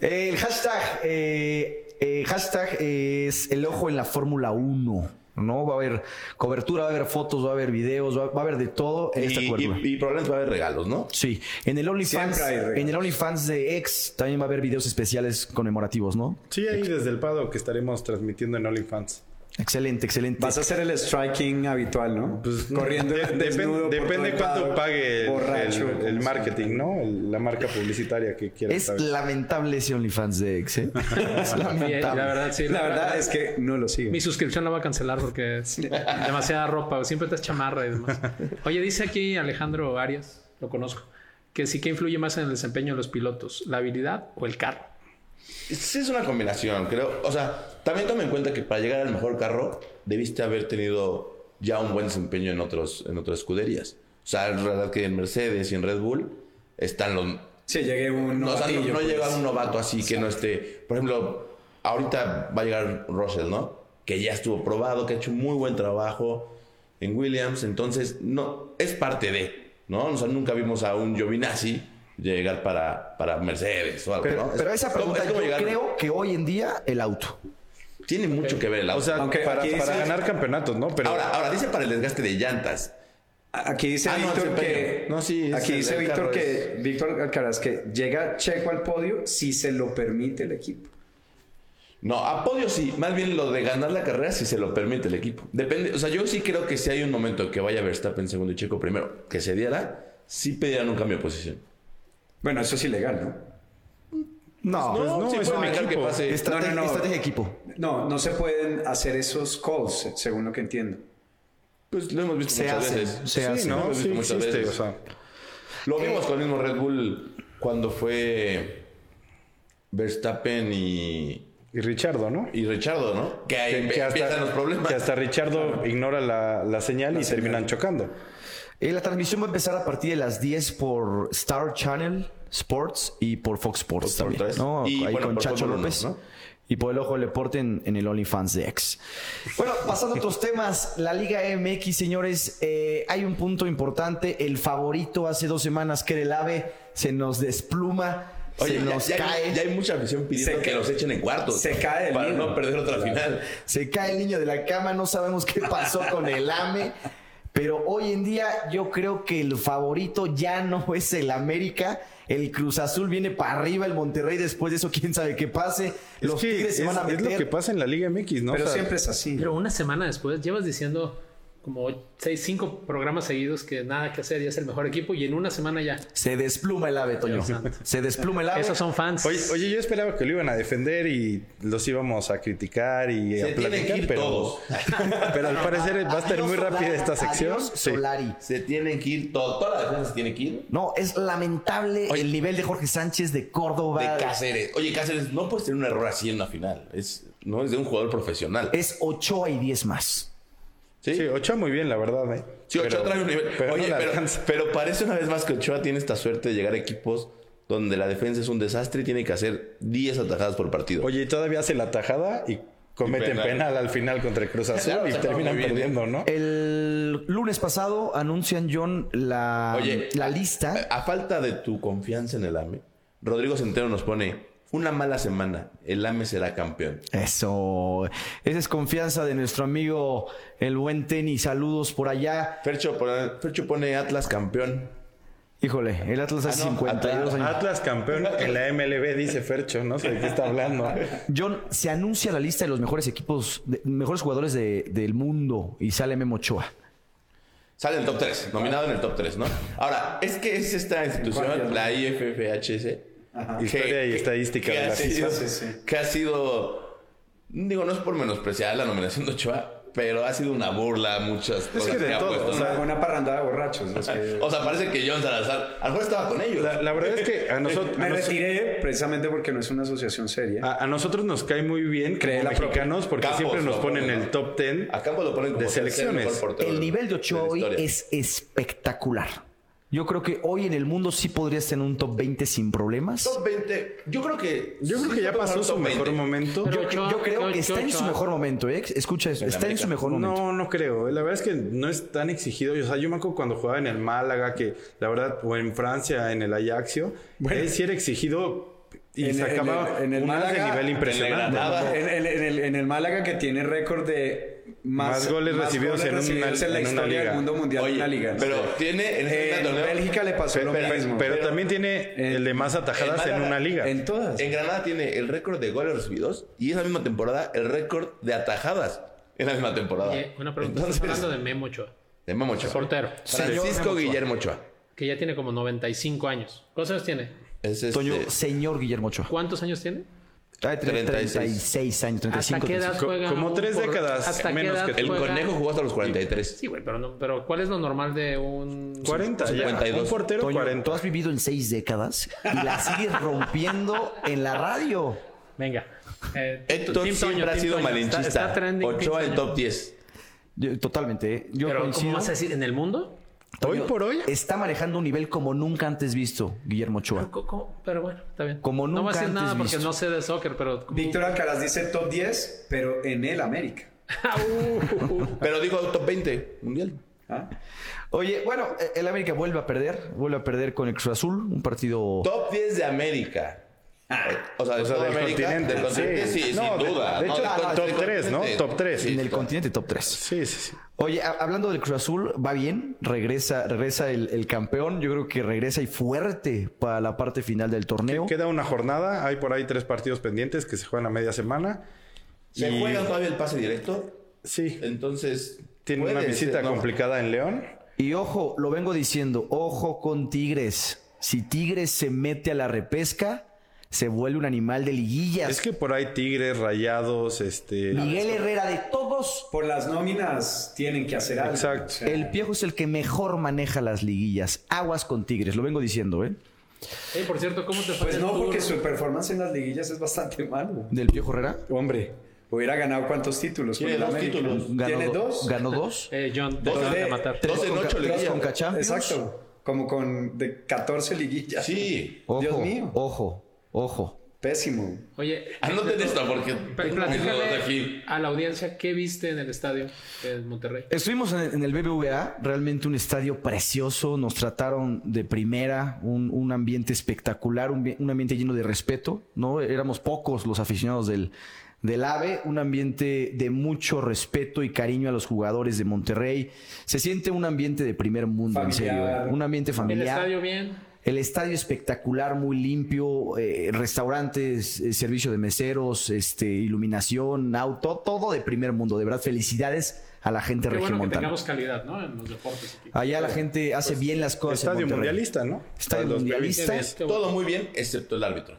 El hashtag, eh, eh, hashtag es el ojo en la Fórmula 1. ¿No? Va a haber cobertura, va a haber fotos, va a haber videos, va, va a haber de todo en esta Y, cobertura. y- y probablemente va a haber regalos, ¿no? sí. En el OnlyFans, Siempre hay regalos. en el OnlyFans de X también va a haber videos especiales conmemorativos, ¿no? Sí, ahí desde el Pado que estaremos transmitiendo en OnlyFans. Excelente, excelente. Vas a hacer el striking habitual, ¿no? Pues, corriendo. de- depen- desnudo por todo depende el cuánto paddock, pague el, borracho, el- el como marketing, ¿no? El- la marca publicitaria que quiera. es saber. lamentable ese OnlyFans de X, ¿eh? Es Sí, lamentable. la verdad, sí. siempre. La verdad es que no lo sigue. Mi suscripción la va a cancelar porque es demasiada ropa. Siempre estás chamarra y demás. Oye, dice aquí Alejandro Arias, lo conozco, que sí que influye más en el desempeño de los pilotos, la habilidad o el carro. Sí, es una combinación, creo. O sea, también tome en cuenta que para llegar al mejor carro debiste haber tenido ya un buen desempeño en, otros, en otras escuderías. O sea, es verdad que en Mercedes y en Red Bull están los... Sí, llegué un no, o sea, no- novatillo, no pues. llega un novato así que no esté... Por ejemplo, ahorita va a llegar Russell, ¿no? Que ya estuvo probado, que ha hecho un muy buen trabajo en Williams. Entonces, no, es parte de, ¿no? O sea, nunca vimos a un Giovinazzi llegar para, para Mercedes o algo, Pero, ¿no? Es- pero esa es como- pregunta es como yo llegar- creo que hoy en día el auto. tiene mucho que ver el auto. O sea, Aunque para, aquí para dice- ganar campeonatos, ¿no? Pero ahora, ahora dice para el desgaste de llantas. Aquí dice Ah, no, Víctor desempeño. que. No, sí, es Aquí el- dice el Víctor carro que. Víctor Alcaraz que llega Checo al podio si se lo permite el equipo. No, a podio sí. Más bien lo de ganar la carrera si se lo permite el equipo. Depende. O sea, yo sí creo que si hay un momento que vaya Verstappen segundo y Checo primero, que se diera, sí pedirán un cambio de posición. Bueno, eso es ilegal, ¿no? Ah, No, Pues no, sí es puede un marcar que equipo. pase. estrategia, No, no, no. estrategia de equipo. No, no se pueden hacer esos calls, según lo que entiendo. Pues lo hemos visto Se muchas hace, veces. se hace. sí, ¿no? Hemos Sí, visto muchas existe, veces. o sea. Lo vimos con el mismo Red Bull cuando fue Verstappen y, Y Richardo, ¿no? y Richardo, ¿no? Que ahí empiezan los problemas. que hasta Richardo ignora la, la señal y terminan chocando. Eh, la transmisión va a empezar a partir de las 10 por Star Channel Sports y por Fox Sports Fox Sports también, tres. ¿no? Y, Ahí bueno, con por Chacho Fórmula uno, López. ¿no? Y por el ojo del deporte en, en el OnlyFans de X. Bueno, pasando a otros temas, la Liga MX, señores, eh, hay un punto importante. El favorito hace dos semanas, que era el AVE, se nos despluma, Oye, se ya, nos ya- cae. ya hay mucha afición pidiendo Se que ca- los echen en cuartos. se cae el Para niño. no perder otra Claro. final. Se cae el niño de la cama, no sabemos qué pasó con el AME. Pero hoy en día yo creo que el favorito ya no es el América. El Cruz Azul viene para arriba, el Monterrey después de eso, quién sabe qué pase. Los es que Tigres se es, van a es lo meter. que pasa en la Liga MX, ¿no? Pero O sea, siempre es así. Pero una semana después llevas diciendo como seis, cinco programas seguidos que nada que hacer y es el mejor equipo y en una semana ya. Se despluma el ave, Toño. Dios santo. Se despluma el ave. Esos son fans. Oye, oye, yo esperaba que lo iban a defender y los íbamos a criticar y Se tienen a que platicar, ir pero, todos. pero al parecer va a estar Adiós, muy Solari. rápida esta sección. Adiós, Sí. Solari. Se tienen que ir todos. Toda la defensa se tiene que ir. No, es lamentable el nivel de Jorge Sánchez de Córdoba. De Cáceres. Oye, Cáceres, no puedes tener un error así en una final. Es, no es de un jugador profesional. Es 8 y 10 más. Sí, Sí, Ochoa muy bien, la verdad, ¿eh? Sí, Ochoa Pero- trae un nivel. Pero Oye, no la pero, alcanza. pero parece una vez más que Ochoa tiene esta suerte de llegar a equipos donde la defensa es un desastre y tiene que hacer 10 atajadas por partido. Oye, y todavía hace la tajada y cometen Y penal. penal. al final contra el Cruz Azul Claro, y se acaba terminan muy bien. ¿eh? perdiendo, Eh, ¿no? El lunes pasado anuncian, John, la, Oye, eh, la lista. A, a falta de tu confianza en el AME, Rodrigo Centeno nos pone una mala semana. El AME será campeón. Eso. Esa es confianza de nuestro amigo el buen tenis. Saludos por allá. Fercho, pone- Fercho pone Atlas campeón. Híjole, el Atlas hace Ah, no, 52 años. Atlas campeón en la MLB, dice Fercho. No sé de qué está hablando. John, se anuncia la lista de los mejores equipos, de- mejores jugadores de- del mundo y sale Memo Ochoa. Sale en el top 3, nominado en el top 3, ¿no? Ahora, es que es esta institución, la IFFHS, que- Ah, Historia y que- estadística que de ha la sido- FIFA. que ha sido, digo, no es por menospreciar la nominación de Ochoa, pero ha sido una burla muchas Es cosas que de ha todo, puesto, o ¿no? sea, Una parrandada de borrachos. es que- O sea, parece que John Salazar, a lo mejor estaba con ellos. La, la verdad es que a nosotros, Me a, nos- retiré precisamente porque no es una asociación seria. a- a nosotros nos cae muy bien Cree creer la propia. mexicanos porque Campos siempre nos lo ponen ponen, el ¿no? top 10. Acá lo ponen como de tercer selecciones. mejor portero El nivel de la Ochoa hoy historia. es espectacular. Yo creo que hoy en el mundo sí podrías tener un top 20 sin problemas. Top 20, yo creo que... Yo creo sí que ya puede pasó pasar su top mejor 20. momento. Pero Yo, Ochoa- yo creo Ochoa- que está en su Ochoa- mejor momento, ¿eh? Escucha eso, En está en su América. mejor momento. No, no creo. La verdad es que no es tan exigido. O sea, yo me acuerdo cuando jugaba en el Málaga, que la verdad, o en Francia, en el Ajaxio, él sí era exigido y En el- sacaba en el- en el un de Málaga, nivel en el impresionante. Granada. En, en- en el, en el Málaga que tiene récord de Más goles recibidos en una- en la en una historia liga. del mundo mundial Oye, en una liga. pero tiene en Eh, este En torneo- Bélgica le pasó lo Espera, mismo. Pero también tiene el de más atajadas el en Málaga- una liga. en todas. En Granada tiene el récord de goles recibidos y esa misma temporada el récord de atajadas en la misma temporada. Oye, una pregunta. Entonces, Estás hablando de Memo Ochoa, de Memo Ochoa. portero, Francisco Guillermo Ochoa. que ya tiene como 95 años. ¿Cuántos años tiene? Es este, Toño, señor Guillermo Ochoa. ¿Cuántos años tiene? Ha de tener 36. 36 años, ¿Hasta 35. qué edad Co- juega? como un tres por- décadas ¿Hasta qué menos edad que tú. el juega? conejo jugó hasta los 43. Sí, güey, pero, no, pero ¿cuál es lo normal de un... 40, ya. 52. Un portero, Toño, 40. tú has vivido en seis décadas y la sigues rompiendo en la radio. Venga. Eh, Héctor Team siempre Toño, ha Team sido Toño. malinchista. Está- está trending Ochoa Team en Toño. top 10. Yo- totalmente, ¿eh? Yo Pero ¿cómo coincido. vas a decir? ¿En el mundo? Hoy Toño, por hoy, Está manejando un nivel como nunca antes visto, Guillermo Ochoa. Co- co- Pero bueno, está bien. Como no voy a nunca decir nada antes porque visto. no sé de soccer, pero... Víctor Alcaraz dice top 10, pero en el América. Pero digo top 20 mundial. ¿Ah? Oye, bueno, eh, el América vuelve a perder, vuelve a perder con el Cruz Azul, un partido... Top 10 de América. O sea, de o sea, toda Ah. Pues, del América, continente. del continente, sí, No, sin de- duda. De, No, hecho, del top, continente. 3, ¿no? Top 3. en el continente top 3. Sí, sí, sí. Oye, a- hablando del Cruz Azul, va bien, regresa, regresa el, el campeón. Yo creo que regresa y fuerte para la parte final del torneo. Queda una jornada. Hay por ahí tres partidos pendientes que se juegan a media semana. Se Y- juega todavía el pase directo. Sí. Entonces. Tiene puede una ser, visita ¿no? complicada en León. Y ojo, lo vengo diciendo, ojo con Tigres. Si Tigres se mete a la repesca, se vuelve un animal de liguillas. Es que por ahí Tigres, Rayados, este. Miguel Herrera de todos, Por las nóminas tienen que hacer algo. Exacto. sea, el Piejo es el que mejor maneja las liguillas. Aguas con Tigres, lo vengo diciendo, ¿eh? Eh, por cierto, ¿cómo te fue? Pues en no, el porque tour? su performance en las liguillas es bastante malo. Del Piejo Herrera. Hombre, hubiera ganado cuántos títulos. Tiene con el dos América? títulos. Ganó Tiene do- dos. Ganó dos. Eh, John, te Dos acaban de- de matar. Dos en con ocho ca- liguillas. tres con Cachampions. Exacto. Como con de 14 liguillas. Sí. Ojo, Dios mío. ojo, ojo. Pésimo. Oye, Anoten esto porque Pero tengo mis platícale dudas aquí. a la audiencia qué viste en el estadio de Monterrey. Estuvimos en el, en el BBVA, realmente un estadio precioso, nos trataron de primera, un, un ambiente espectacular, un, bi- un ambiente lleno de respeto, ¿no? Éramos pocos los aficionados del, del AVE, un ambiente de mucho respeto y cariño a los jugadores de Monterrey. Se siente un ambiente de primer mundo, en Familiar. serio, ¿eh? un ambiente El familiar. estadio bien. El estadio espectacular, muy limpio, eh, restaurantes, eh, servicio de meseros, este, iluminación, auto, todo de primer mundo. De verdad, felicidades a la gente Qué bueno que regiomontana. tengamos calidad, ¿no? En los deportes. aquí. Allá la gente hace bien las cosas. en Estadio Monterrey. mundialista, ¿no? Estadio Para los mundialista. Qué bien, qué bueno. Todo muy bien, excepto el árbitro.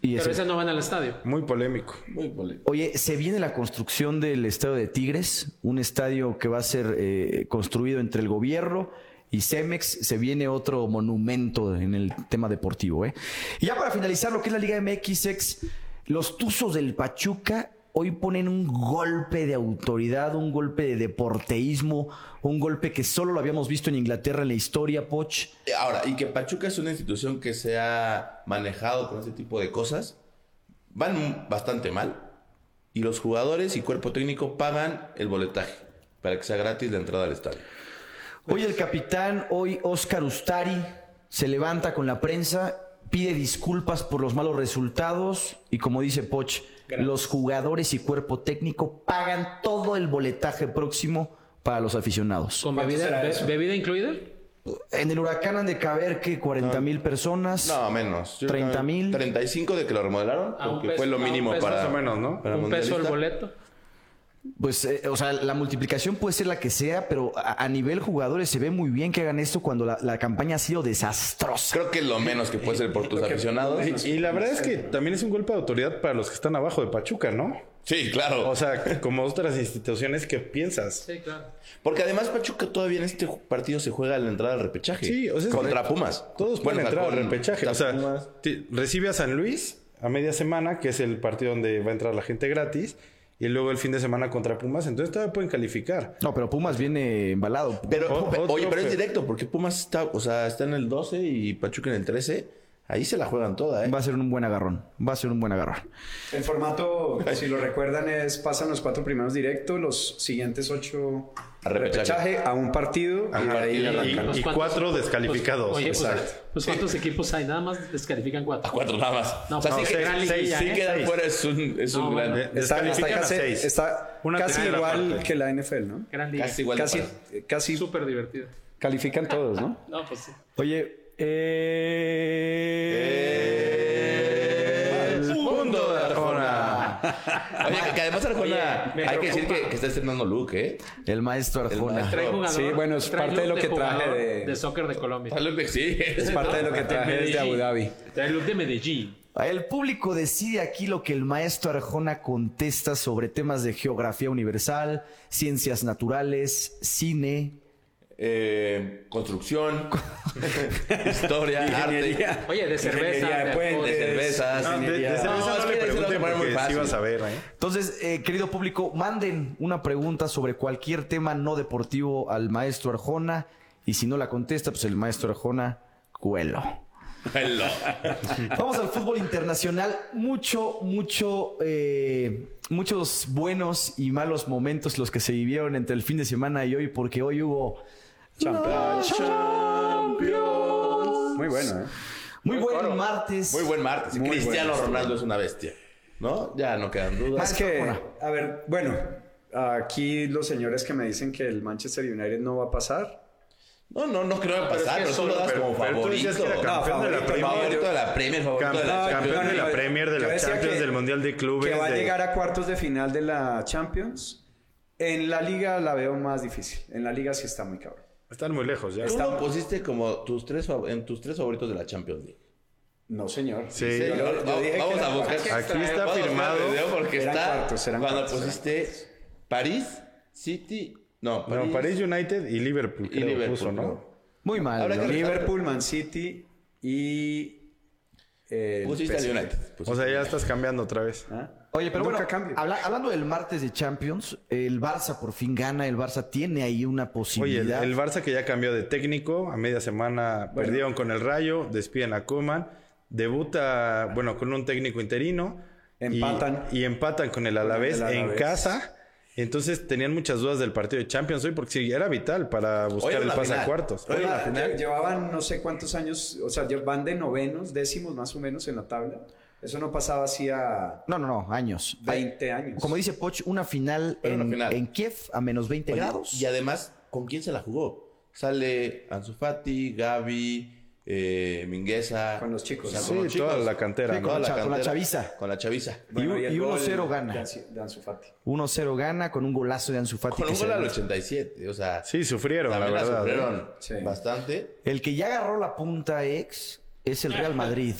Y Pero ese- esas no van al estadio. babies. Muy polémico. Muy polémico. Oye, se viene la construcción del estadio de Tigres, un estadio que va a ser eh, construido entre el gobierno y Cemex. Se viene otro monumento en el tema deportivo. ¿eh? Y ya para finalizar, lo que es la Liga MX, ex, los Tuzos del Pachuca hoy ponen un golpe de autoridad, un golpe de deporteísmo, un golpe que solo lo habíamos visto en Inglaterra en la historia, Poch. Ahora, y que Pachuca es una institución que se ha manejado con este tipo de cosas, van bastante mal. Y los jugadores y cuerpo técnico pagan el boletaje para que sea gratis la entrada al estadio. Hoy el capitán, hoy Oscar Ustari, se levanta con la prensa, pide disculpas por los malos resultados y como dice Poch, los jugadores y cuerpo técnico pagan todo el boletaje próximo para los aficionados. ¿Con ¿Cuánto bebida, será be- eso? bebida incluida? En el huracán han de caber que 40 mil personas. No, menos. Yo 30,000. 35 de que lo remodelaron, A un porque peso- fue lo a un mínimo peso para. más o menos, ¿no? para un peso el mundialista. boleto. Pues, eh, o sea, la multiplicación puede ser la que sea, pero a, a nivel jugadores se ve muy bien que hagan esto cuando la, la campaña ha sido desastrosa. Creo que es lo menos que puede ser por tus aficionados. Y, y la verdad es que también es un golpe de autoridad para los que están abajo de Pachuca, ¿no? Sí, claro. O sea, como otras instituciones, ¿qué piensas? Sí, claro. Porque además Pachuca todavía en este ju- partido se juega la entrada al repechaje. Sí, o sea, es contra correcto. Pumas. Todos pueden Bueno, entrar al con- repechaje. O contra sea, Pumas. ti- recibe a San Luis a media semana, que es el partido donde va a entrar la gente gratis, y luego el fin de semana contra Pumas, entonces todavía pueden calificar. No, pero Pumas viene embalado. pero o- pe- otro oye, pero es que- directo porque Pumas está, o sea, está en el 12 y Pachuca en el 13. Ahí se la juegan toda, ¿eh? Va a ser un buen agarrón. Va a ser un buen agarrón. El formato, si lo recuerdan, es pasan los cuatro primeros directos, los siguientes ocho A repechaje. a un partido y Ajá, ahí y- arrancan. y- ¿Los cuantos- cuatro descalificados, Oye, pues, exacto. pues, ¿cuántos equipos hay? Nada más descalifican A cuatro. cuatro nada más. No, o sea, no, sí, que, seis, sí- seis, sí ¿eh? quedar Seis. fuera es un, es No, un bueno. gran... Está, está Descalifican a casi, seis. está Una casi tercera igual parte. que la NFL, ¿no? Gran liga. Casi igual de Casi, parejo. casi Súper divertido. califican todos, ¿no? No, pues sí. Oye, eh, El mundo de Arjona. Oye, que, que además Arjona, Oye, me hay que decir preocupa. que, que está estrenando look, ¿eh? el maestro Arjona. maestro. Trae jugador. Sí, bueno, es trae parte de look lo que traje jugador de- De soccer de Colombia. Trae look de- sí. Es parte de lo que traje desde Abu Dhabi. Trae look de Medellín. El público decide aquí lo que el maestro Arjona contesta sobre temas de geografía universal, ciencias naturales, cine. Eh, construcción, historia, arte. Oye, de cerveza. Ingeniería de de puentes. alcohol. De cervezas. No, de, de ingeniería. cerveza No, no, es le que se lo pregunten ponen muy porque sí fácil. vas a ver, ¿eh? Entonces, eh, querido público, manden una pregunta sobre cualquier tema no deportivo al maestro Arjona y si no la contesta, pues el maestro Arjona cuelo. Hello. Vamos al fútbol internacional. Mucho, mucho, eh, muchos buenos y malos momentos los que se vivieron entre el fin de semana y hoy, porque hoy hubo Muy bueno, ¿eh? muy buen martes. Muy buen martes. Cristiano Ronaldo es una bestia. ¿No? Ya no quedan dudas. Más que, a ver, bueno, aquí los señores que me dicen que el Manchester United no va a pasar. No, no, no creo que va a pasar, pero, es que tú lo solo- das pero- como pero tú favorito. decías que era campeón de la favorito, Premier. Favorito de la Premier, favorito de la Campeón- Champions. campeón de la Premier, Yo de la decía Champions, que- del Mundial de Clubes. Que va a de- llegar a cuartos de final de la Champions. En la liga la veo más difícil. En la liga sí está muy cabrón. Están muy lejos ya. Tú lo pusiste como tus tres, fav- en tus tres favoritos de la Champions League. No, señor. Sí. Sí, Yo- yo- yo va- dije que vamos era a buscar. cuartos. Aquí está Vamos a buscar firmado. el video porque Eran está. cuartos, eran cuando cuartos, eran pusiste París, City. No, París. No, París United y Liverpool, creo, Liverpool, puso, ¿no? creo. Muy mal. Habrá ¿no? que- Liverpool, Man City y. eh, el Pusiste al PSG. United. O sea, ya estás cambiando otra vez. ¿Ah? Oye, pero Nunca bueno, cambio. habla- hablando del martes de Champions, el Barça por fin gana, el Barça tiene ahí una Oye, el, posibilidad. el Barça que ya cambió de técnico, a media semana Bueno. perdieron con el Rayo, despiden a Koeman, debuta, bueno, con un técnico interino. y- Empatan. Y, empatan con el Alavés el en Alavés. casa. Entonces tenían muchas dudas del partido de Champions hoy porque sí, era vital para buscar era el la pase a final. cuartos. Oye, la Lle- Llevaban no sé cuántos años, o sea, lle- van de novenos, décimos más o menos en la tabla. Eso no pasaba hacía No, no, no, años. 20 años. Como dice Poch, una final, Pero en, una final. en Kiev a menos 20 Oye, grados. Y además, ¿con quién se la jugó? Sale Ansu Fati, Gaby, eh, Mingueza. Con los chicos. O sea, Sí, con los chicos. toda la cantera. Sí, ¿no? con Toda la cha- con la cantera. chaviza. Con la chaviza. y un- y 1-0 gana. De Ansu Fati. 1-0 gana con un golazo de Ansu Fati. Con que un se gol al adelanta. 87. O sea, Sí, sufrieron, la también la verdad. ¿eh? sufrieron Sí. bastante. El que ya agarró la punta ex es el Real Madrid.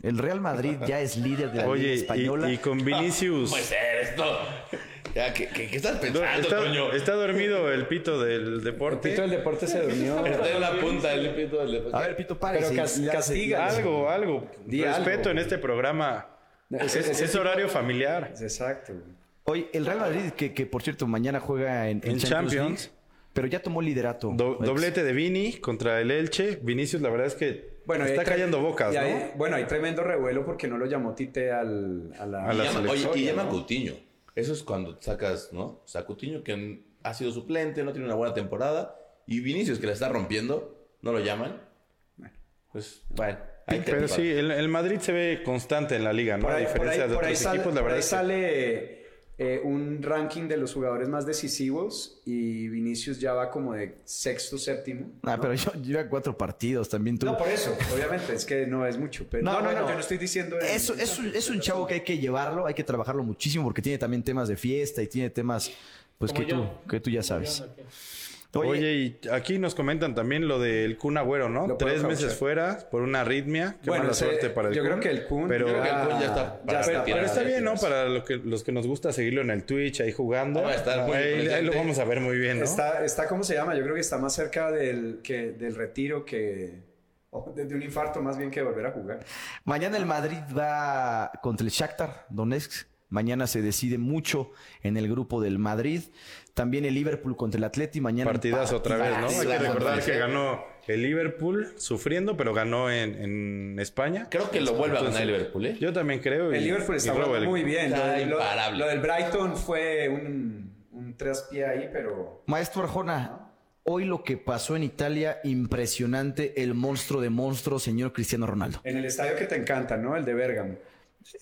El Real Madrid ya es líder de la Liga Oye, Española. y, y Ah, con Vinicius. Puede ser esto. Pues, Ya, ¿qué, qué, qué estás do- pensando, Toño? está, está dormido el pito del deporte. Pito del deporte se durmió. Está en la punta del pito del A ver, Pito, párese. Pero cas- y le hace- castiga. Algo, algo. Di Respeto algo. en este programa. Es, Ese- ese es tipo- horario familiar. Exacto. güey. Oye, el Real Madrid, que, que, por cierto mañana juega en, en En Champions, Champions. League, pero ya tomó liderato. Do- ex. doblete de Vini contra el Elche. Vinicius, la verdad es que Bueno, y está hay tre- callando bocas, y ¿no? hay- Bueno, hay tremendo revuelo porque no lo llamó Tite al, a la... A Y la- llama- oye, selección, y ¿no? llama a Coutinho. Eso es cuando sacas, ¿no? O sea, Coutinho que n- ha sido suplente, no tiene una buena temporada. Y Vinicius que la está rompiendo, no lo llaman. Pues, bueno. ahí te Pero va. sí, el, el Madrid se ve constante en la liga, ¿no? Por ahí, a por ahí- diferencia de por ahí otros sale, equipos, la por verdad. ahí es que- sale, eh, un ranking de los jugadores más decisivos y Vinicius ya va como de sexto, séptimo. Ah, pero yo lleva cuatro partidos también. Tú. No, por eso, obviamente, es que no es mucho. Pero, no, no, bueno, no, yo no estoy diciendo... el- Eso, el- es, un, es un chavo que hay que llevarlo, hay que trabajarlo muchísimo porque tiene también temas de fiesta y tiene temas pues que Como tú, yo. que tú ya Como yo, sabes. ¿no? ¿Qué? Oye, Oye, y aquí nos comentan también lo del Kun Agüero, ¿no? Lo puedo Tres meses causar. fuera por una arritmia. Qué Bueno, mala ese- suerte para el yo Kun. creo que el Kun Pero, Yo creo que el Kun ya Ah, está ya para está, retirarse. pero está bien, ¿no? Gracias. Para lo que, los que nos gusta seguirlo en el Twitch, ahí jugando. Ah, va a estar muy ahí, presente. ahí lo vamos a ver muy bien, ¿no? Está, está, ¿cómo se llama? Yo creo que está más cerca del, que, del retiro que... o de de un infarto más bien que de volver a jugar. Mañana el Madrid va contra el Shakhtar Donetsk. Mañana se decide mucho en el grupo del Madrid. También el Liverpool contra el Atleti. Mañana Partidas otra vez, ¿no? Hay que Partidazo, recordar sí. que ganó el Liverpool sufriendo, pero ganó en, en España. Creo que lo vuelve a ganar el Liverpool, ¿eh? Yo también creo. y- El Liverpool y está roba jugando el- muy bien. Está Lo, de- lo- imparable. lo del Brighton fue un, un traspié ahí, pero Maestro Arjona, hoy lo que pasó en Italia, impresionante, el monstruo de monstruos, señor Cristiano Ronaldo. en el estadio que te encanta, ¿no? El de Bérgamo.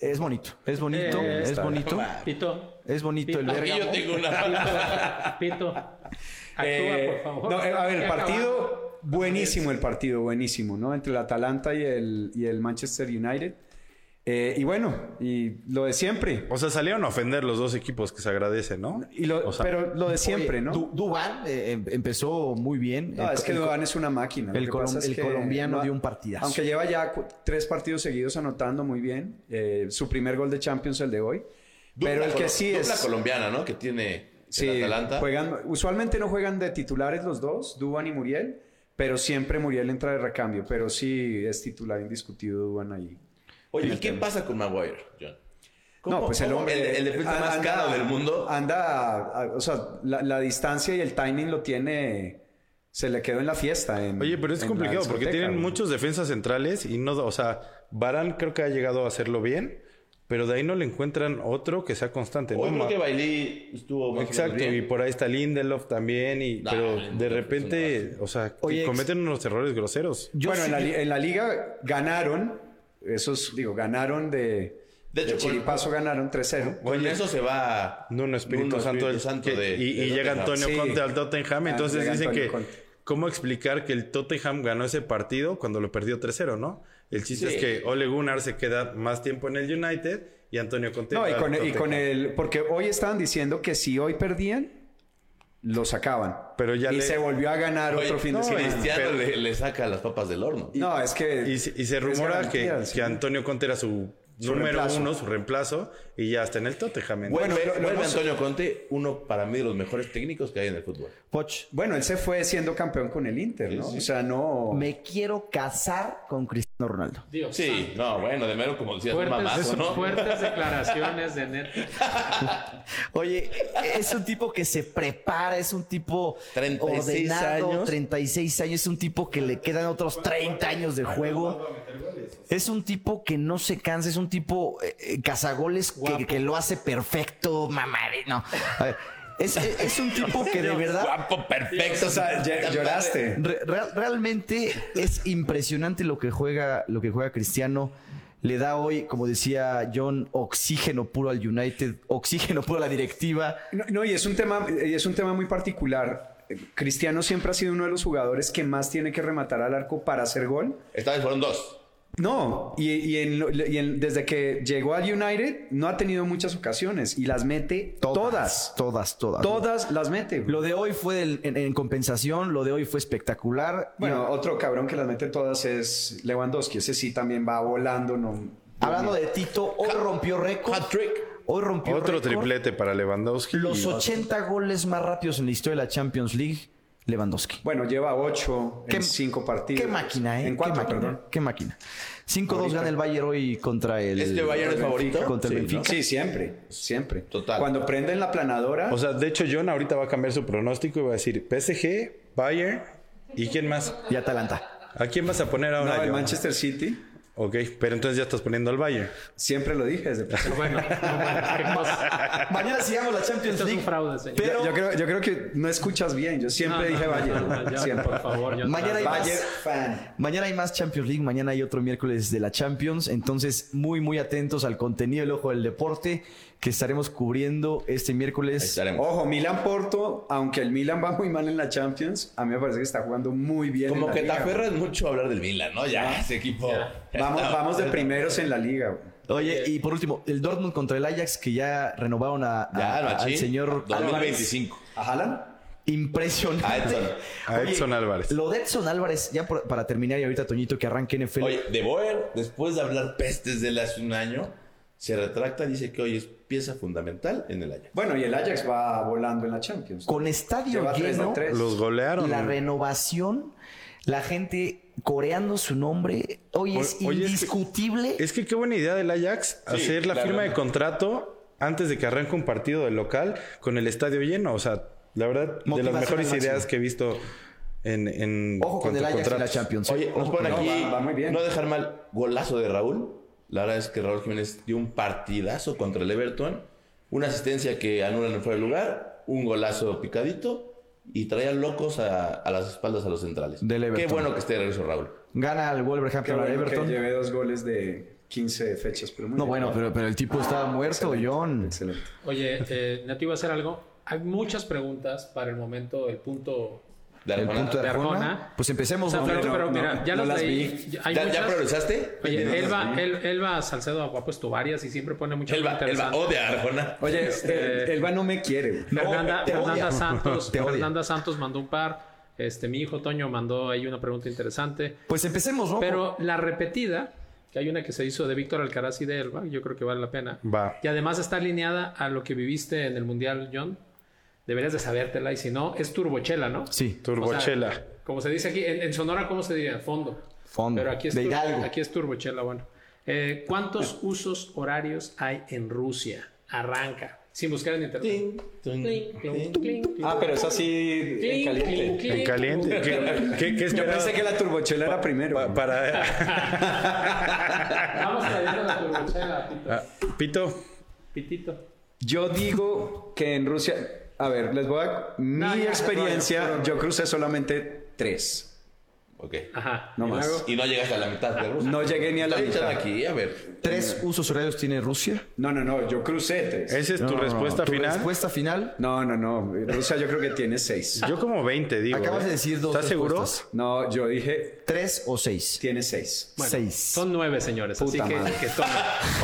Es bonito, es bonito, Eh, es está bonito, Pito, es bonito el Aquí Aquí yo Bérgamo. tengo una. Pito. Actúa, Eh, por favor. no, eh, a ver, el Ya acabamos. partido, buenísimo el partido, buenísimo, ¿no? Entre el Atalanta y el, y el Manchester United. Eh, y bueno, y lo de siempre. O sea, salieron a ofender los dos equipos que se agradecen, ¿no? Y lo- O sea, pero lo de siempre, Oye, ¿no? Du- Duván eh, em- empezó muy bien. Eh, No, El- es que el- Duván es una máquina. Lo el que colom- pasa es el que colombiano ha- dio un partidazo. Aunque lleva ya cu- tres partidos seguidos anotando muy bien. eh, su primer gol de Champions, el de hoy. pero el que sí La es... colombiana, ¿no? Que tiene Sí, el Atalanta. juegan, usualmente no juegan de titulares los dos, Duban y Muriel, pero siempre Muriel entra de recambio, pero sí es titular indiscutido Duban ahí. Oye, ¿y qué pasa con Maguire, John? ¿Cómo- no, pues el cómo hombre... El, el defensa an- más anda- caro del mundo. Anda, a- o sea, la, la distancia y el timing lo tiene... Se le quedó en la fiesta. en- Oye, pero es en la complicado porque discoteca, tienen güey. muchos defensas centrales y no, o sea, Barán creo que ha llegado a hacerlo bien, pero de ahí no le encuentran otro que sea constante. Hoy ¿no? creo Ma- que Bailey estuvo más o menos Exacto, bien. y por ahí está Lindelof también, y, Nah, pero Lindelof de es un repente, asco. o sea, Oye, que ex- cometen unos errores groseros. Yo bueno, sí en, la, vi- li- en la liga ganaron, esos, digo, ganaron de... De De hecho, hecho, Chiripazo ganaron 3-0. Con Oye, eso se va Nuno Espíritu Nuno Santo, del- que- de- y, de y llega Tottenham. Antonio Sí. Conte al Tottenham, Ah, entonces llega dicen Antonio que Conte. cómo explicar que el Tottenham ganó ese partido cuando lo perdió 3-0, ¿no? El chiste Sí. es que Ole Gunnar se queda más tiempo en el United y Antonio Conte No, y va al con, e, y con Tottenham. el. Porque hoy estaban diciendo que si hoy perdían, lo sacaban. Pero ya y le- se volvió a ganar Oye, otro fin no, de semana. Cristiano Pero- le, le saca las papas del horno. no, es que. Y, se- y se es rumora que, garantía, que sí. Antonio Conte era su, Su número reemplazo. uno, su reemplazo, y ya está en el Tottenham. ¿no? Bueno, Bueno, lo- lo vuelve hemos- Antonio Conte, uno para mí de los mejores técnicos que hay en el fútbol. Poch, Bueno, él se fue siendo campeón con el Inter, ¿no? O sea, no. me quiero casar con Cristiano Ronaldo. Dios Sí, santo. no, bueno, de mero como decías, un Fuertes, mamazo, ¿no? fuertes declaraciones de neta. Oye, es un tipo que se prepara, es un tipo 36 ordenado, años. 36 años, es un tipo que le quedan otros 30 años de juego. Es un tipo que no se cansa, es un tipo eh, eh, cazagoles que, que lo hace perfecto, mamarino. A ver, es, es un tipo que de verdad Guapo, perfecto. O sea, ya- lloraste. Re- real- realmente es impresionante lo que juega, lo que juega Cristiano. Le da hoy, como decía John, oxígeno puro al United, oxígeno puro a la directiva. No, no, y es un tema, y es un tema muy particular. Cristiano siempre ha sido uno de los jugadores que más tiene que rematar al arco para hacer gol. Esta vez fueron dos. No, y, y en lo- y en- desde que llegó al United no ha tenido muchas ocasiones y las mete todas. Todas, todas. Todas las mete. güey. Lo de hoy fue del- en, en compensación, lo de hoy fue espectacular. Bueno, otro cabrón que las mete todas es Lewandowski. Ese sí también va volando. No, Hablando de Tito, hoy rompió récord. Hoy rompió Otro récord. triplete para Lewandowski. Los Y- 80 goles más rápidos en la historia de la Champions League, Lewandowski. Bueno, lleva ocho Qué- en cinco partidos. Qué máquina, ¿eh? En cuatro, Qué máquina. perdón. Qué máquina. 5-2 gana el Bayern hoy contra el. ¿Este Bayern es favorito? Contra el Sí, Benfica. ¿no? Sí, siempre, siempre. Total. Cuando prenden la planadora, O sea, de hecho, John ahorita va a cambiar su pronóstico y va a decir PSG, Bayern y quién más. Y Atalanta. ¿A quién vas a poner ahora? no, el John? Manchester City, Ok, pero entonces ya estás poniendo al Bayern. siempre lo dije desde el principio. Pero bueno, no, bueno, ¿qué pasa? Mañana sigamos la Champions Esto es un League. fraude, señor. Pero- Yo, yo creo, yo creo que no escuchas bien. Yo siempre No, no, dije no, Bayern. no, no, ya, siempre. por favor, yo Mañana hay trato. más. Bayern fan. Mañana hay más Champions League, mañana hay otro miércoles de la Champions, entonces muy muy atentos al contenido del Ojo del Deporte que estaremos cubriendo este Ahí miércoles. estaremos. Ojo, Milan Porto, aunque el Milan va muy mal en la Champions, a mí me parece que está jugando muy bien. en Como la que te liga. aferras mucho a hablar del Milan, ¿no? Ya, ese equipo. ya Vamos, está. vamos de primeros en la liga. güey. Oye, y por último, el Dortmund contra el Ajax que ya renovaron a, a- Ya, a- machín. al señor 2025. ¿A Haaland? Impresionante. A Edson. A Oye, Edson Álvarez. Lo de Edson Álvarez, ya por- para terminar y ahorita Toñito que arranque NFL. Oye, De Boer, después de hablar pestes de él hace un año, se retracta y dice que hoy es pieza fundamental en el año. Bueno, y el Ajax va volando en la Champions. con estadio Lleva tres de lleno, tres. Los golearon. la renovación, la gente coreando su nombre, hoy O- es oye, es que- indiscutible. Es que qué buena idea del Ajax Sí, hacer la la firma verdad. de contrato antes de que arranque un partido de local con el estadio lleno. O sea, la verdad, de Motivación las mejores al máximo. ideas que he visto en. en Ojo con el Ajax en la contratos. Champions. Oye, nos Ojo con ponen Oh, no, aquí, va- va muy bien. no dejar mal, golazo de Raúl. La verdad es que Raúl Jiménez dio un partidazo contra el Everton. Una asistencia que anulan en fuera de lugar, un golazo picadito y traía locos a, a las espaldas a los centrales. Del Qué Everton. bueno que esté de regreso Raúl. Gana el Qué Wolverhampton al bueno Everton. que llevé dos goles de 15 fechas. Pero muy No, bien. bueno, pero, pero el tipo estaba muerto, John. Excelente. Oye, eh, Nati, iba a hacer algo. Hay muchas preguntas para el momento, el punto. De El Arjona. punto de De Arjona. Arjona. Pues empecemos. O sea, ¿no? pero, no, pero no, mira, ya no las, las leí. vi. Hay ¿Ya, ya muchas. progresaste? Oye, No, Elba, El- Elba Salcedo ha puesto varias y siempre pone muchas Elba, Elba, odia a Arjona. Oye, Este- el- Elba no me quiere. güey. Fernanda, te Fernanda odia. Santos, Te odia. Fernanda Santos mandó un par. Este, mi hijo Toño mandó ahí una pregunta interesante. Pues empecemos, ¿no? Pero la repetida, que hay una que se hizo de Víctor Alcaraz y de Elba, yo creo que vale la pena. Va. Y además está alineada a lo que viviste en el Mundial, John. Deberías de sabértela y si no, es turbochela, ¿no? Sí, Turbochela. O sea, como se dice aquí, en, en Sonora, ¿cómo se diría? Fondo. Fondo. Pero aquí es, De tur- Hidalgo. Aquí es turbochela, bueno. Eh, ¿Cuántos usos horarios hay en Rusia? Arranca. Sin buscar en internet. Clink, clink, clink, Ah, pero es así clink, en clink, caliente. clink. En caliente. ¿Qué, qué, qué Yo esperaba pensé que la turbochela era primero. pa- para. Vamos trayendo la turbochela, Pito. Ah, Pito, Pitito. Yo digo que en Rusia, a ver, les voy a mi No, ya, experiencia, no, no, no. yo crucé solamente tres, Ok. Ajá. no Y más. luego- Y no llegaste a la mitad de Rusia. No llegué ni a la Está echando mitad. aquí, a ver. Tres usos horarios tiene Rusia. No, no, no, yo crucé tres. esa es tu respuesta ¿Tu final. respuesta final? No, no, no, Rusia yo creo que tiene seis. Yo como 20, digo. Acabas ¿eh? de decir dos ¿Estás seguro? respuestas. No, yo dije ¿Tres o seis? tiene seis. Bueno, seis. Son nueve, señores. Puta así madre. que, que tomen.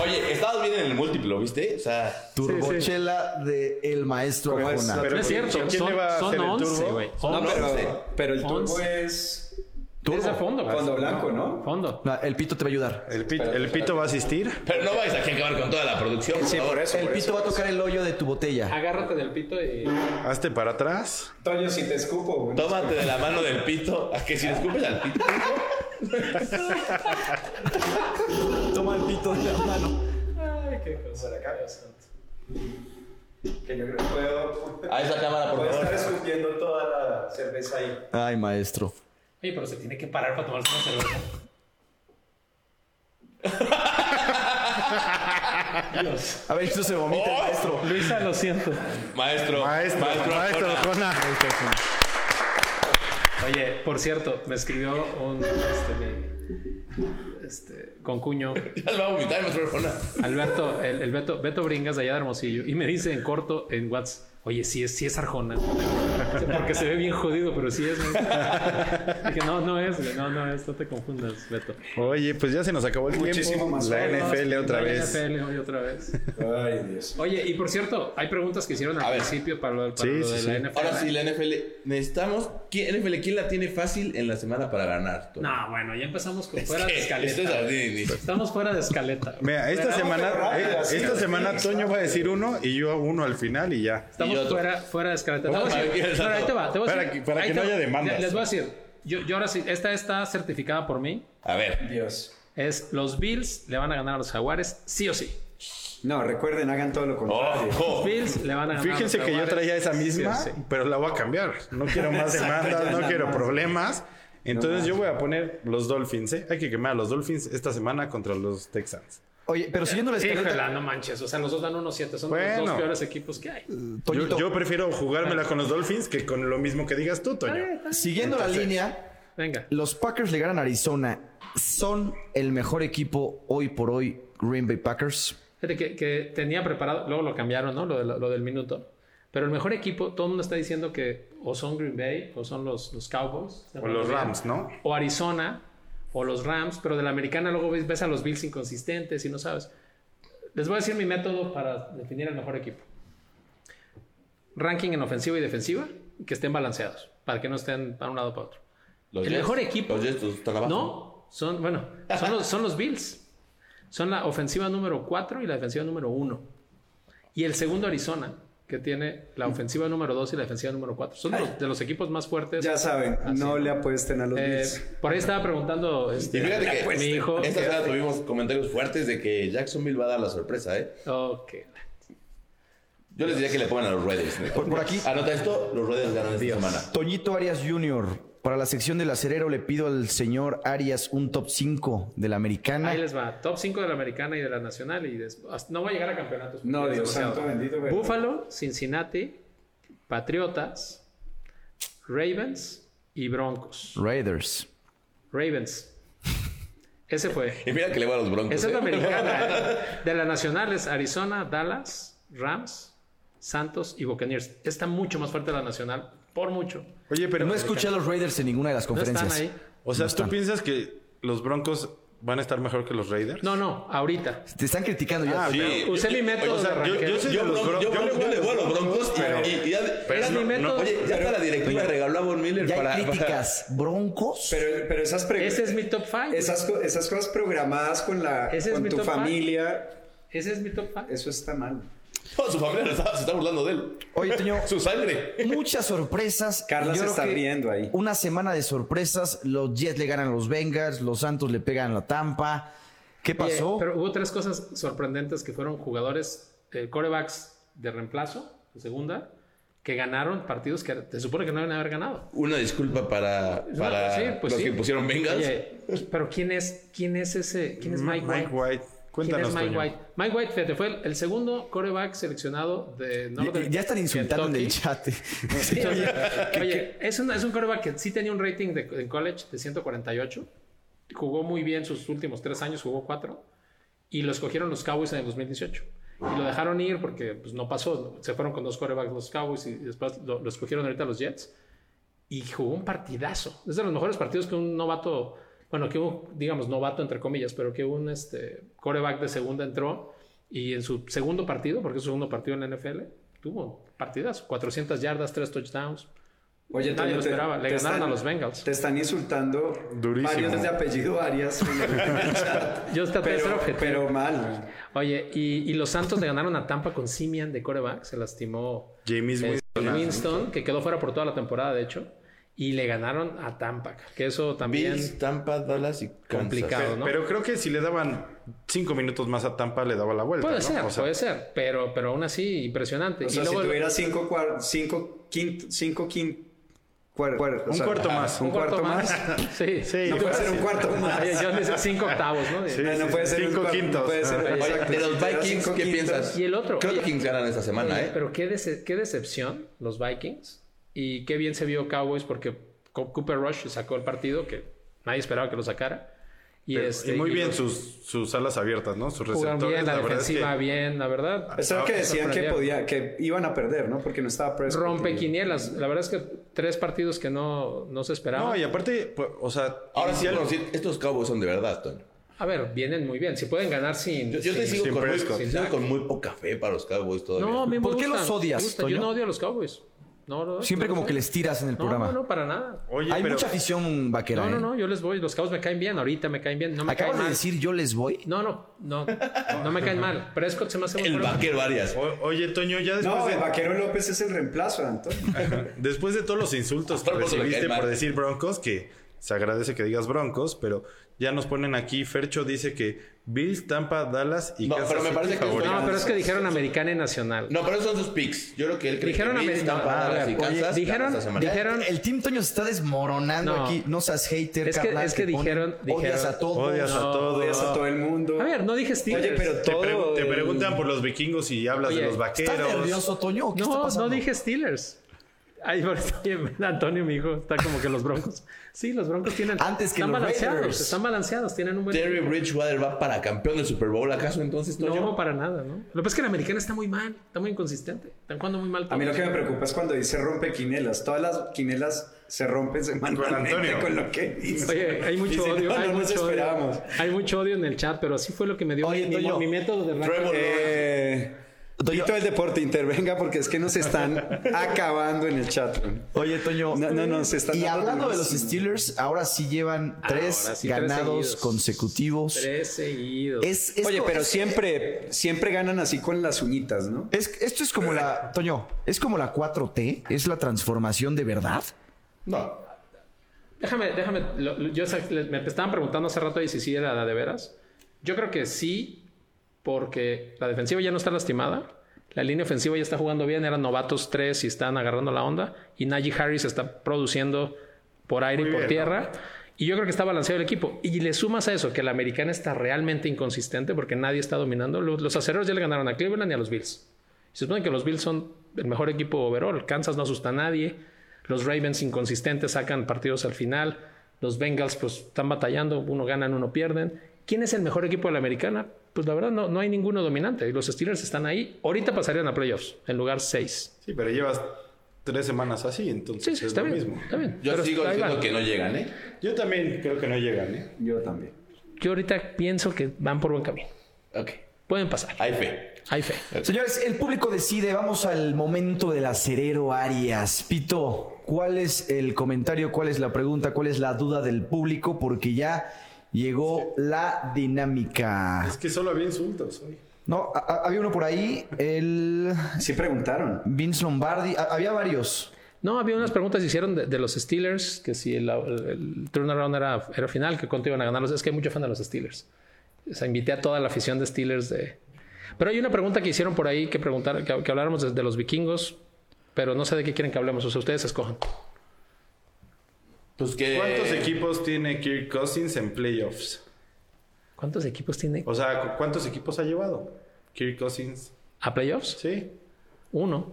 Oye, estabas bien en el múltiplo, ¿viste? O sea, Turbochela de el maestro Como es Arjona. la- No es cierto. Ah, ¿quién son, le va a son hacer el 11, turbo? güey. No, Son pero, 11. pero el turbo Once. es Es de fondo, güey. Fondo blanco, ¿no? Fondo. No, el pito te va a ayudar. El pito, el pito va a asistir. pero no vais aquí a acabar con toda la producción. Sí, favor. por eso. El por pito eso. va a tocar el hoyo de tu botella. Agárrate del pito y. Hazte para atrás. Toño, si te escupo. güey. Tómate de la mano del pito. A que si le escupes al pito. Toma el pito de la mano. Ay, qué cosa. Que yo creo que puedo, A esa cámara, por puedo estar favor. escupiendo toda la cerveza ahí. Ay, maestro. Oye, pero se tiene que parar para tomarse una cerveza. A ver, esto se vomita el maestro. Luisa, lo siento. Maestro. Oh. Maestro, maestro, Arjona. Arjona. Oye, por cierto, me escribió un. Este, mi- este, con cuño. Ya le va a vomitar, maestro Arjona. Alberto, el, el Beto, Beto Bringas de allá de Hermosillo. Y me dice en corto en WhatsApp. Oye, sí es, sí es Arjona. O sea, Porque se ve bien jodido, pero sí es. ¿no? Dije, no, no es, güey, no, no es, no te confundas, Beto. Oye, pues ya se nos acabó el Muchísimo tiempo. más. La No, NFL no, otra la vez. NFL hoy otra vez. Ay, Dios. Oye, y por cierto, hay preguntas que hicieron al A ver. principio para lo, para Sí, lo sí, de sí. la NFL. Ahora sí, la NFL. Necesitamos. ¿quién, NFL, ¿quién la tiene fácil en la semana para ganar? Tony? No, bueno, ya empezamos con fuera de ¿Qué? Eh, Esto es escaleta. así, ni- Estamos fuera de escaleta. güey. Mira, esta semana, eh, esta semana Toño va a decir uno y yo uno al final y ya. Y Estamos otro. fuera, fuera de escaleta. Te voy a Ojalá decir- que quieras Pero ahí otro. te va, te voy a Para decir- que- para ahí que te no va. haya demandas. Les voy a decir, yo, yo ahora sí, esta está certificada por mí. A ver. Dios. Es los Bills le van a ganar a los Jaguares, sí o sí. No, recuerden, hagan todo lo contrario. Los ¡Ojo! Bills le van a ganar Fíjense a los que yo Jaguares, traía esa misma, sí o sí. pero la voy a cambiar. No quiero más demandas, no quiero problemas. Entonces yo voy a poner los Dolphins, ¿eh? Hay que quemar a los Dolphins esta semana contra los Texans. Oye, pero siguiendo la Híjole, escaleta, no manches. O sea, los dos dan 1-7. Son los Bueno. dos peores equipos que hay. Yo, Toñito, yo prefiero jugármela con los Dolphins que con lo mismo que digas tú, Ah, Toño. siguiendo la línea, Venga. los Packers le ganan a Arizona. ¿Son el mejor equipo hoy por hoy Green Bay Packers? Fíjate que, que tenía preparado, luego lo cambiaron, ¿no? Lo, de la- lo del minuto. Pero el mejor equipo, todo el mundo está diciendo que o son Green Bay, o son los, los Cowboys. O los Rams, ¿no? O Arizona, o los Rams. Pero de la americana luego ves, ves a los Bills inconsistentes y no sabes. Les voy a decir mi método para definir el mejor equipo. Ranking en ofensiva y defensiva, que estén balanceados, para que no estén para un lado para otro. Los El Jets, mejor equipo. Los Jets están abajo. No, son, bueno, son los, son los Bills. Son la ofensiva número 4 y la defensiva número 1. Y el segundo Arizona, que tiene la ofensiva número 2 y la defensiva número 4. Son de los, de los equipos más fuertes. Ya saben, no le apuesten a los Eh, Bills. por ahí estaba preguntando Y este, fíjate que mi hijo. esta semana tuvimos comentarios fuertes de que Jacksonville va a dar la sorpresa, ¿eh? Ok. Yo les diría que le pongan a los Raiders. ¿no? Por- por aquí. Anota esto, los Raiders ganan esta semana. Toñito Arias Jr., para la sección del acerero le pido al señor Arias un top 5 de la americana. Ahí les va. Top 5 de la americana y de la nacional. y des- hasta- No voy a llegar a campeonatos. No, porque es Dios demasiado. santo bendito, pero- Buffalo, Cincinnati, Patriotas, Ravens y Broncos. Raiders. Ravens. Ese fue. Y mira que le va a los Broncos. Esa es ¿eh? la americana. ¿eh? De las nacionales, Arizona, Dallas, Rams, Santos y Buccaneers. Está mucho más fuerte la nacional, por mucho. Oye, pero Pero no escuché a los Raiders en ninguna de las No están conferencias. ahí. O sea, No ¿tú están. piensas que los Broncos van a estar mejor que los Raiders? No, no, ahorita. Te están criticando ya. Ah, Sí, pero- Usé mi método o sea, de yo- ranqueo. yo soy Yo, de los bron- yo, Bron- yo bron- yo le voy a los Broncos y, y- y ya. Pero ya no- no- oye, ya está la directiva regaló a Von Miller Ya para. hay para- críticas. ¿Broncos? Pero, pero esas preguntas. Ese es mi top 5. Esas, co- esas cosas programadas con, la, Ese es con mi tu top five. familia, Ese es mi top 5. eso está mal. Toda su familia lo está- se está burlando de él. Oye, Toño, Su sangre. muchas sorpresas. Carla Yo se creo está que riendo ahí. Una semana de sorpresas. Los Jets le ganan a los Bengals. Los Santos le pegan a la Tampa. ¿Qué pasó? Pero hubo tres cosas sorprendentes que fueron jugadores, eh, corebacks de reemplazo, en segunda, que ganaron partidos que se supone que no deben haber ganado. Una disculpa para, No, para sí, pues los sí. que pusieron vengas. Oye, pero ¿quién es, quién es ese? ¿Quién es Mike White? Mike White. ¿Quién Cuéntanos, es Mike Toño. White? Mike White, fíjate, fue el, el segundo coreback seleccionado de Ya- Northern ya están insultando en el Kentucky. chat. Sí, oye, oye, es un, es un coreback que sí tenía un rating de, en college de 148. Jugó muy bien sus últimos tres años, jugó cuatro. Y lo escogieron los Cowboys en el 2018. Y lo dejaron ir porque pues, no pasó. Se fueron con dos corebacks los Cowboys y después lo, lo escogieron ahorita los Jets. Y jugó un partidazo. Es de los mejores partidos que un novato, bueno, que un, digamos, novato entre comillas, pero que un este, coreback de segunda entró y en su segundo partido, porque es su segundo partido en la NFL, tuvo partidazo. 400 yardas, 3 touchdowns. Oye, Nadie Toño, lo te- esperaba. Le te ganaron están- a los Bengals. Te están insultando Durísimo. varios desde apellido Arias. Yo hasta tercer pero, objetivo. pero mal. Oye, y, y los Santos le ganaron a Tampa con Simian de coreback. Se lastimó James eh, Winston. Winston, que quedó fuera por toda la temporada, de hecho. Y le ganaron a Tampa, que eso también... Bills, Tampa, Dallas y Kansas. Complicado. Pero, ¿no? pero creo que si le daban cinco minutos más a Tampa, le daba la vuelta. Puede Pues, ¿no? ser, pues, O sea, puede ser, pero, pero aún así impresionante. O sea, y luego si tuviera cinco, cuar- cinco, quinto, cinco, quin- cuar- cuar- o Un sea, ah, cuarto más. Un cuarto más. sí, Sí, No puede fácil. ser un cuarto más. Oye, yo le hice cinco octavos, ¿no? Sí. No, no puede ser un Cinco cuarto, quintos. no puede ser, Oye, Oye, exacto, de si los tuviera Vikings, cinco ¿qué quintos. piensas? Y el otro, Creo que oye. Kings ganan esta semana, ¿eh? Pero qué, dece- qué decepción los Vikings y qué bien se vio Cowboys porque Co- Cooper Rush sacó el partido que nadie esperaba que lo sacara. Y, Pero- este, y muy y bien los- sus, sus alas abiertas, ¿no? Sus jugaron receptores. bien, la, verdad es que defensiva bien, la verdad. Eso es lo que decían que, sorprendieron. podía, que iban a perder, ¿no? Porque no estaba Prescott. Rompe quinielas. La verdad es que tres partidos que no, no se esperaban. No, y aparte, pues, o sea, Ahora sí, inicial- bueno, sí, estos Cowboys son de verdad, Toño. A ver, vienen muy bien. Si pueden ganar sin. Yo, yo te sin- sigo sin con muy, Prescott. te sigo con muy poca fe para los Cowboys todavía. No, a mí me ¿Por qué gustan, los odias, me gustan. Yo Toño? no odio a los Cowboys. No, no, Siempre no, como no. que les tiras en el No, programa. No, no, para nada. Oye, Hay pero mucha afición vaquera. No, no, ¿eh? no, yo les voy. Los Cowboys me caen bien. Ahorita me caen bien. No me Acabas caen de mal. decir yo les voy. No, no, no. No me caen mal. Prescott se me hace muy El bueno. vaquero varias. o- oye, Toño, ya Pues después, No, el de, vaquero López es el reemplazo de Antonio. Ah. después de todos los insultos que Todo el mundo le cae recibiste mal. por decir broncos, que se agradece que digas broncos, pero ya nos ponen aquí, Fercho dice que Bills, Tampa, Dallas y No, Kansas pero me City parece que- favoritos. No, pero es que dijeron americana y nacional. No, pero esos son sus picks. Yo creo que él cree Dijeron que a Bills, Medina- Tampa, a Dallas ver, y oye, Kansas dijeron- ganan esta semana. Ya, dijeron- El Team Toño se está desmoronando No. aquí. No seas hater, Es que- carnal, es que ponen- dijeron- Odias dijeron- a todos. Odias a todos. Odias a todo el mundo. A ver, no dije Steelers. Oye, pero Te, todo. pregun- te el- preguntan por los vikingos y hablas Oye, de los ¿Estás vaqueros. nervioso, Toño? o qué está No, pasando? no dije Steelers. Ay, pero está bien, Antonio, mi hijo, está como que los broncos. Sí, los broncos tienen. Antes que están los balanceados, Raiders. están balanceados, tienen un buen. Terry Bridgewater va para campeón del Super Bowl, ¿acaso entonces no, Toño? para nada, ¿no? Lo que pasa es que la americana está muy mal, está muy inconsistente. Están jugando muy mal. A mí lo todos. que me preocupa es cuando dice rompe quinelas. Todas las quinelas se rompen semanalmente Antonio. con lo que dice. Oye, hay mucho Dice, odio. No, hay no nos mucho odio. esperábamos. Hay mucho odio en el chat, pero así fue lo que me dio Oye, mi, mi, Toño, mi método de ranking. Trevor Lawrence. Eh, Tito del deporte, intervenga porque es que nos están acabando en el chat. güey. Oye, Toño. No, no, no, se están Y dando hablando de los durísimo. Steelers, ahora sí llevan tres ahora sí, tres ganados seguidos. consecutivos. Tres seguidos. Es, esto- Oye, pero es- siempre, siempre ganan así con las uñitas, ¿no? es- esto es como la, Toño, es como la 4T, es la transformación de verdad. No. Déjame, déjame. lo- lo- yo sa- le- me estaban preguntando hace rato ahí si sí era la de veras. Yo creo que sí, porque la defensiva ya no está lastimada. La línea ofensiva ya está jugando bien. Eran novatos tres y están agarrando la onda. Y Najee Harris está produciendo por aire y por tierra. Y yo creo que está balanceado el equipo. Y le sumas a eso que la americana está realmente inconsistente porque nadie está dominando. Los, los acereros ya le ganaron a Cleveland y a los Bills. Se supone que los Bills son el mejor equipo overall. Kansas no asusta a nadie. Los Ravens inconsistentes sacan partidos al final. Los Bengals pues están batallando. Uno ganan, uno pierden. ¿Quién es el mejor equipo de la americana? Pues la verdad no, no hay ninguno dominante. Los Steelers están ahí. Ahorita pasarían a playoffs en lugar 6. Sí, pero llevas tres semanas así, entonces Sí, sí, es está lo bien. mismo. Está bien. Yo Pero sigo ahí diciendo van. que no llegan, ¿eh? Yo también creo que no llegan, ¿eh? Yo también. Yo ahorita pienso que van por buen camino. Ok. Pueden pasar. Hay fe. Hay fe. Señores, el público decide, vamos al momento del acerero Arias. Pito, ¿cuál es el comentario, cuál es la pregunta, cuál es la duda del público? Porque ya llegó la dinámica. Es que solo había insultos hoy. No, a- a- había uno por ahí, el Sí preguntaron. Vince Lombardi, a- había varios. No, había unas preguntas que hicieron de, de los Steelers, que si el, el turnaround era, era final, que cuánto iban a ganarlos. Es que hay mucho fan de los Steelers. O sea, invité a toda la afición de Steelers de... Pero hay una pregunta que hicieron por ahí que preguntaron, que, que habláramos de, de los vikingos, pero no sé de qué quieren que hablemos. O sea, ustedes escojan. Pues que... ¿Cuántos equipos tiene Kirk Cousins en playoffs? ¿Cuántos equipos tiene O sea, ¿cu- ¿cuántos equipos ha llevado? Kirk Cousins. a playoffs? ¿Sí? Uno.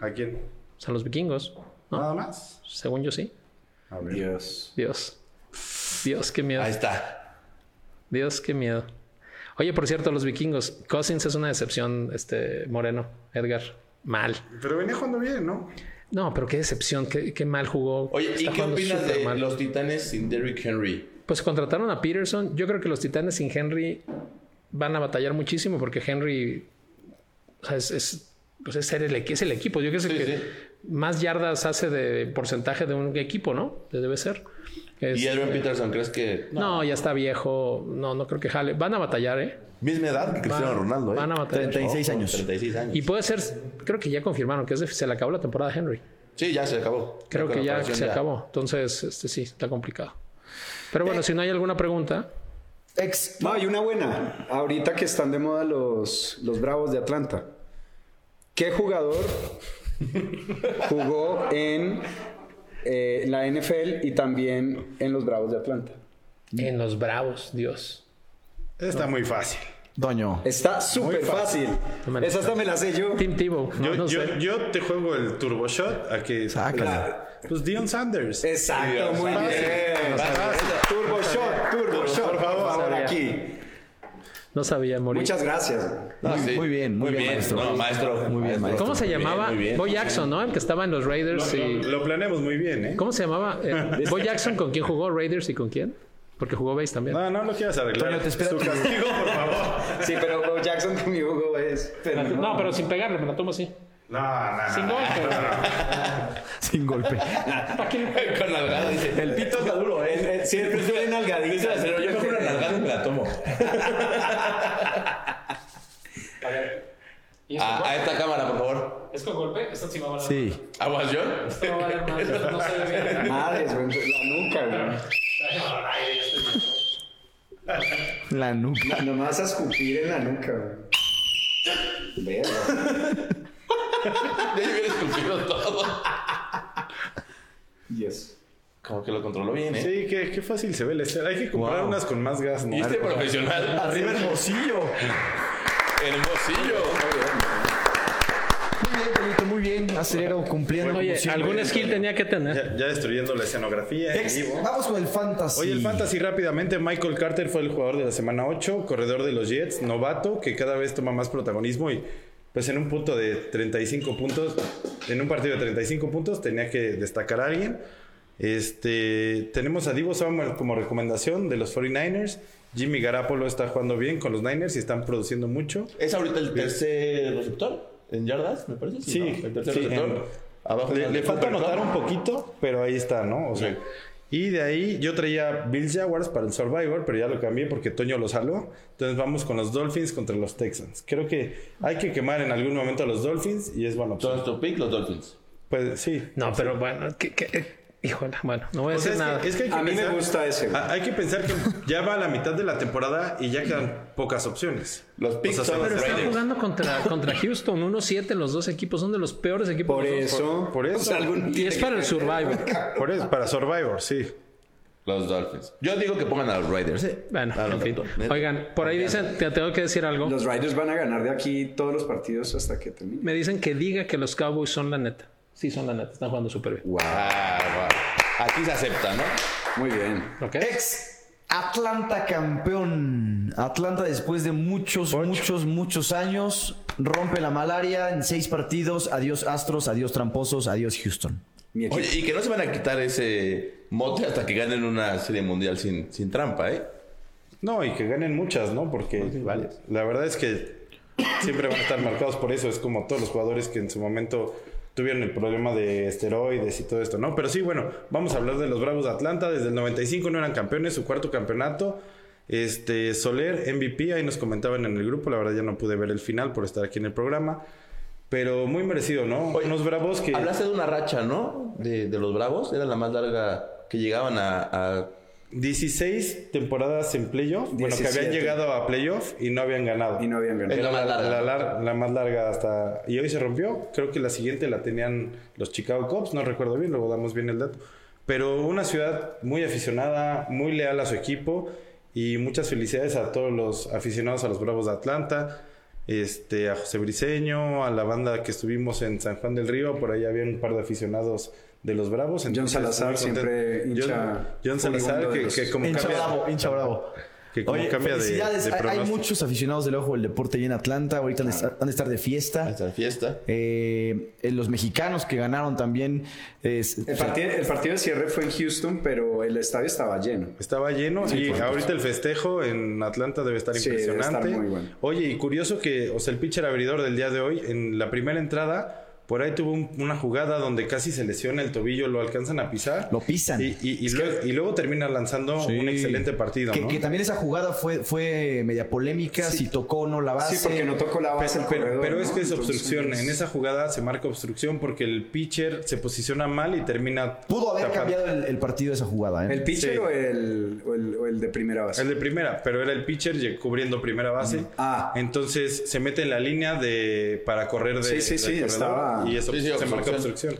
¿A quién? O sea, los vikingos. No, Nada más. según yo sí. A ver. Dios. Dios. Dios, qué miedo. Ahí está. Dios, qué miedo. Oye, por cierto, los vikingos. Cousins es una decepción, este, Moreno, Edgar. Mal. Pero venía jugando bien, ¿no? No, pero qué decepción, qué, qué mal jugó. Oye, ¿y Está qué jugando opinas de supermal. los Titanes sin Derrick Henry? Pues contrataron a Peterson. Yo creo que los Titanes sin Henry van a batallar muchísimo porque Henry o sea, es, es- pues es ser el, equi- es el equipo. Yo creo que es el Sí, que sí. más yardas hace de porcentaje de un equipo, ¿no? Debe ser. Es- ¿Y Adrian Peterson crees que...? no, ya está viejo. No, no creo que jale. Van a batallar, ¿eh? Misma edad que Cristiano Van- Ronaldo, ¿eh? Van a batallar. 36 Ojo, años. 36 años. Y puede ser, creo que ya confirmaron que es de- se le acabó la temporada a Henry. Sí, ya se acabó. Creo que la ya operación se acabó. Entonces, este sí, está complicado. Pero Eh. bueno, si no hay alguna pregunta, Ex No, hay una buena. Ahorita que están de moda los, los Bravos de Atlanta. ¿Qué jugador jugó en eh, la NFL y Mm. también en los Bravos de Atlanta? en los Bravos, Dios. Está muy fácil. Doño. Está súper fácil. me la Esa hasta me la sé yo. Tim Tebow. No, Yo, no yo, sé. yo te juego el turbo shot a que Sácala. la- pues Dion Sanders. Eh, Exacto, muy bien. Fácil. Fácil. Turbo Shot, Turbo Shot, por favor, sabía. aquí. No sabía morir. Muchas gracias. No, Muy- muy bien, muy bien, maestro. No, maestro. Muy bien, maestro. ¿Cómo se Muy bien, llamaba? muy bien. Bo Jackson, ¿no? El que estaba en los Raiders. Lo, y... lo planeamos muy bien, ¿eh? ¿Cómo se llamaba? Eh, Bo Jackson, ¿con quién jugó? ¿Raiders y con quién? Porque jugó base también. No, no lo quieras arreglar. Toño, te espera Su tu- castigo, por favor. Sí, pero Bo Jackson con mi Hugo es. fenomenal. No, pero sin pegarle, me la tomo así. No, no, no. Sin gol, pero- Sin golpe. ¿Para qué? Con nalgada, dice. El pito está duro, ¿eh? El- el- Siempre suele Dice nalgadita. acero, yo me pongo una nalgada y me la tomo. ¿Y es, A, con a esta cámara, por favor. ¿Ah, golpe? ¿Es con golpe? ¿Está encima de la Sí. ¿Aguas yo? No va a dar más, no se ve bien. Madres, güey, la nuca, güey. La nuca. No- Nomás a escupir en la nuca, güey. Verga. Ya yo hubiera esculpido todo. Dios. Como que lo controló bien, ¿eh? Sí, qué, qué fácil se ve el Excel. Hay que comprar Wow. unas con más gas, ¿no? Y este profesional. Arriba hermosillo. Hermosillo. Muy bien, Benito, muy bien. Acero cumpliendo. como Oye, siempre. algún skill tenía que tener. Ya, ya destruyendo la escenografía en Ex- vivo. Vamos con el fantasy. Oye, el fantasy rápidamente. Michael Carter fue el jugador de la semana 8, corredor de los Jets, novato, que cada vez toma más protagonismo y pues en un punto de 35 puntos, en un partido de 35 puntos tenía que destacar a alguien. Este, tenemos a Divo Samuel como recomendación de los 49ers. Jimmy Garapolo está jugando bien con los Niners y están produciendo mucho. Es ahorita el tercer receptor en yardas, me parece. Sí, ¿no? el tercer sí, en- receptor. Abajo le, del le de falta Cooper anotar Cup. un poquito, pero ahí está, ¿no? O sea, Sí. y de ahí yo traía Bills Jaguars para el Survivor, pero ya lo cambié porque Toño lo saló. Entonces vamos con los Dolphins contra los Texans. Creo que hay que quemar en algún momento a los Dolphins y es bueno. Entonces, tu pick, los Dolphins. Pues sí. No, pero bueno, que, que- híjole, bueno, no voy a O sea, decir Pues es que- nada. es que hay que A mí me pensar- gusta ese, güey. a- Hay que pensar que ya va a la mitad de la temporada y ya quedan pocas opciones. Los picks O sea, son son- los Pero están Raiders. jugando contra, contra Houston, 1-7 los dos equipos, son de los peores equipos. Por los dos. eso. por eso. o sea, algún- Y es para el Survivor. Por eso, para Survivor, sí. Los Dolphins. Yo digo que pongan a los Raiders, ¿eh? Bueno, A los en fin. Dolphins. Oigan, por ahí dicen, te tengo que decir algo. Los Riders van a ganar de aquí todos los partidos hasta que termine. Me dicen que diga que los Cowboys son la neta. Sí, son la neta, están jugando súper bien. Ah, wow. Aquí se acepta, ¿no? Muy bien. ¿Ok? Ex Atlanta campeón. Atlanta después de muchos, muchos, muchos años rompe la malaria en seis partidos. Adiós Astros, adiós Tramposos, adiós Houston. Mi equipo. Oye, y que no se van a quitar ese mote hasta que ganen una serie mundial sin, sin trampa, ¿eh? No, y que ganen muchas, ¿no? Porque la verdad es que siempre van a estar marcados por eso. Es como todos los jugadores que en su momento tuvieron el problema de esteroides y todo esto, ¿no? Pero sí, bueno, vamos a hablar de los Bravos de Atlanta. Desde el 95 no eran campeones, su cuarto campeonato. Este, Soler, MVP, ahí nos comentaban en el grupo. La verdad ya no pude ver el final por estar aquí en el programa. Pero muy merecido, ¿no? Oye, Unos Bravos que... Hablaste de una racha, ¿no? De, de los Bravos. Era la más larga que llegaban a. a- 16 temporadas en playoff. Bueno, que 17. habían llegado a playoff y no habían ganado. Y no habían ganado. Es la más larga. La, lar- la más larga hasta... Y hoy se rompió. Creo que la siguiente la tenían los Chicago Cubs. No recuerdo bien, luego damos bien el dato. Pero una ciudad muy aficionada, muy leal a su equipo. Y muchas felicidades a todos los aficionados a los Bravos de Atlanta. Este, a José Briseño, a la banda que estuvimos en San Juan del Río. Por ahí había un par de aficionados de los Bravos. Salazar, muy contento. siempre hincha John, John Salazar, furibundo de que, los- que como hincha cambia- bravo, hincha bravo. Que como cambia de- felicidades. de Hay- hay, pronóstico. muchos aficionados del ojo del deporte ahí en Atlanta. Ahorita han de estar- han de estar de fiesta. hasta la fiesta. Eh, eh, los mexicanos que ganaron también. es- El partido, el partido de cierre fue en Houston, pero el estadio estaba lleno. Estaba lleno y ahorita el festejo en Atlanta debe estar Sí, debe estar impresionante. muy bueno. Oye, y curioso que, o sea, el pitcher abridor del día de hoy, en la primera entrada, por ahí tuvo un- una jugada donde casi se lesiona el tobillo, lo alcanzan a pisar. Lo pisan. Y, y- y luego, y luego termina lanzando un excelente partido. que, ¿no? que también esa jugada fue, fue media polémica, si tocó o no la base. Sí, porque no tocó la base Ah, el Pero, pero- corredor. pero es ¿no? que es Entonces, obstrucción. En esa jugada se marca obstrucción porque el pitcher se posiciona mal y termina. Pudo haber tapando. cambiado el, el partido esa jugada. ¿eh? ¿El pitcher Sí. o, el, o el- o el de primera base? El de primera, pero era el pitcher y- cubriendo primera base. Ah. Entonces se mete en la línea de para correr de Sí, sí, del sí, corredor estaba- y eso Sí, sí, se marca obstrucción. obstrucción.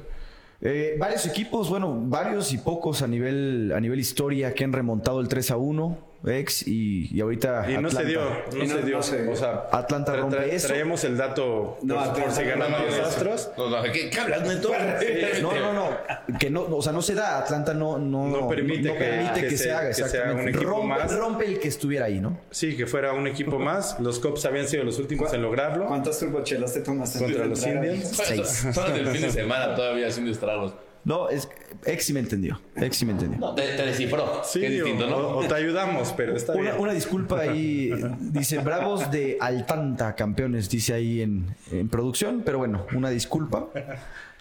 Eh, varios equipos, bueno, varios y pocos a nivel, a nivel historia que han remontado el 3 a 1. ex, y, y ahorita. Y no Atlanta. se dio, no, Y no- se dio. no se dio. O sea, Atlanta rompe eso. Traemos el dato No, por, Atlanta por si No, ganan no, los no. astros. No, no, ¿qué, qué hablas, Neto? No, no, no. Que no, o sea, no se da. Atlanta no, no, No permite que- permite que, se haga. que sea exactamente. un equipo rompe, más. rompe el que estuviera ahí, ¿no? Sí, que fuera un equipo más. Los Cops habían sido los últimos en lograrlo ¿Cuántas turbochelas te tomaste? contra los Indians. Son- Son son las del fin de semana todavía haciendo estragos. No, es ex sí me entendió. Ex sí me entendió. No, te, te descifró. Sí, que es o, distinto, ¿no? o te ayudamos, pero está Una, bien. una disculpa ahí. Dice Bravos de Altanta, campeones, dice ahí en, en producción. Pero bueno, una disculpa.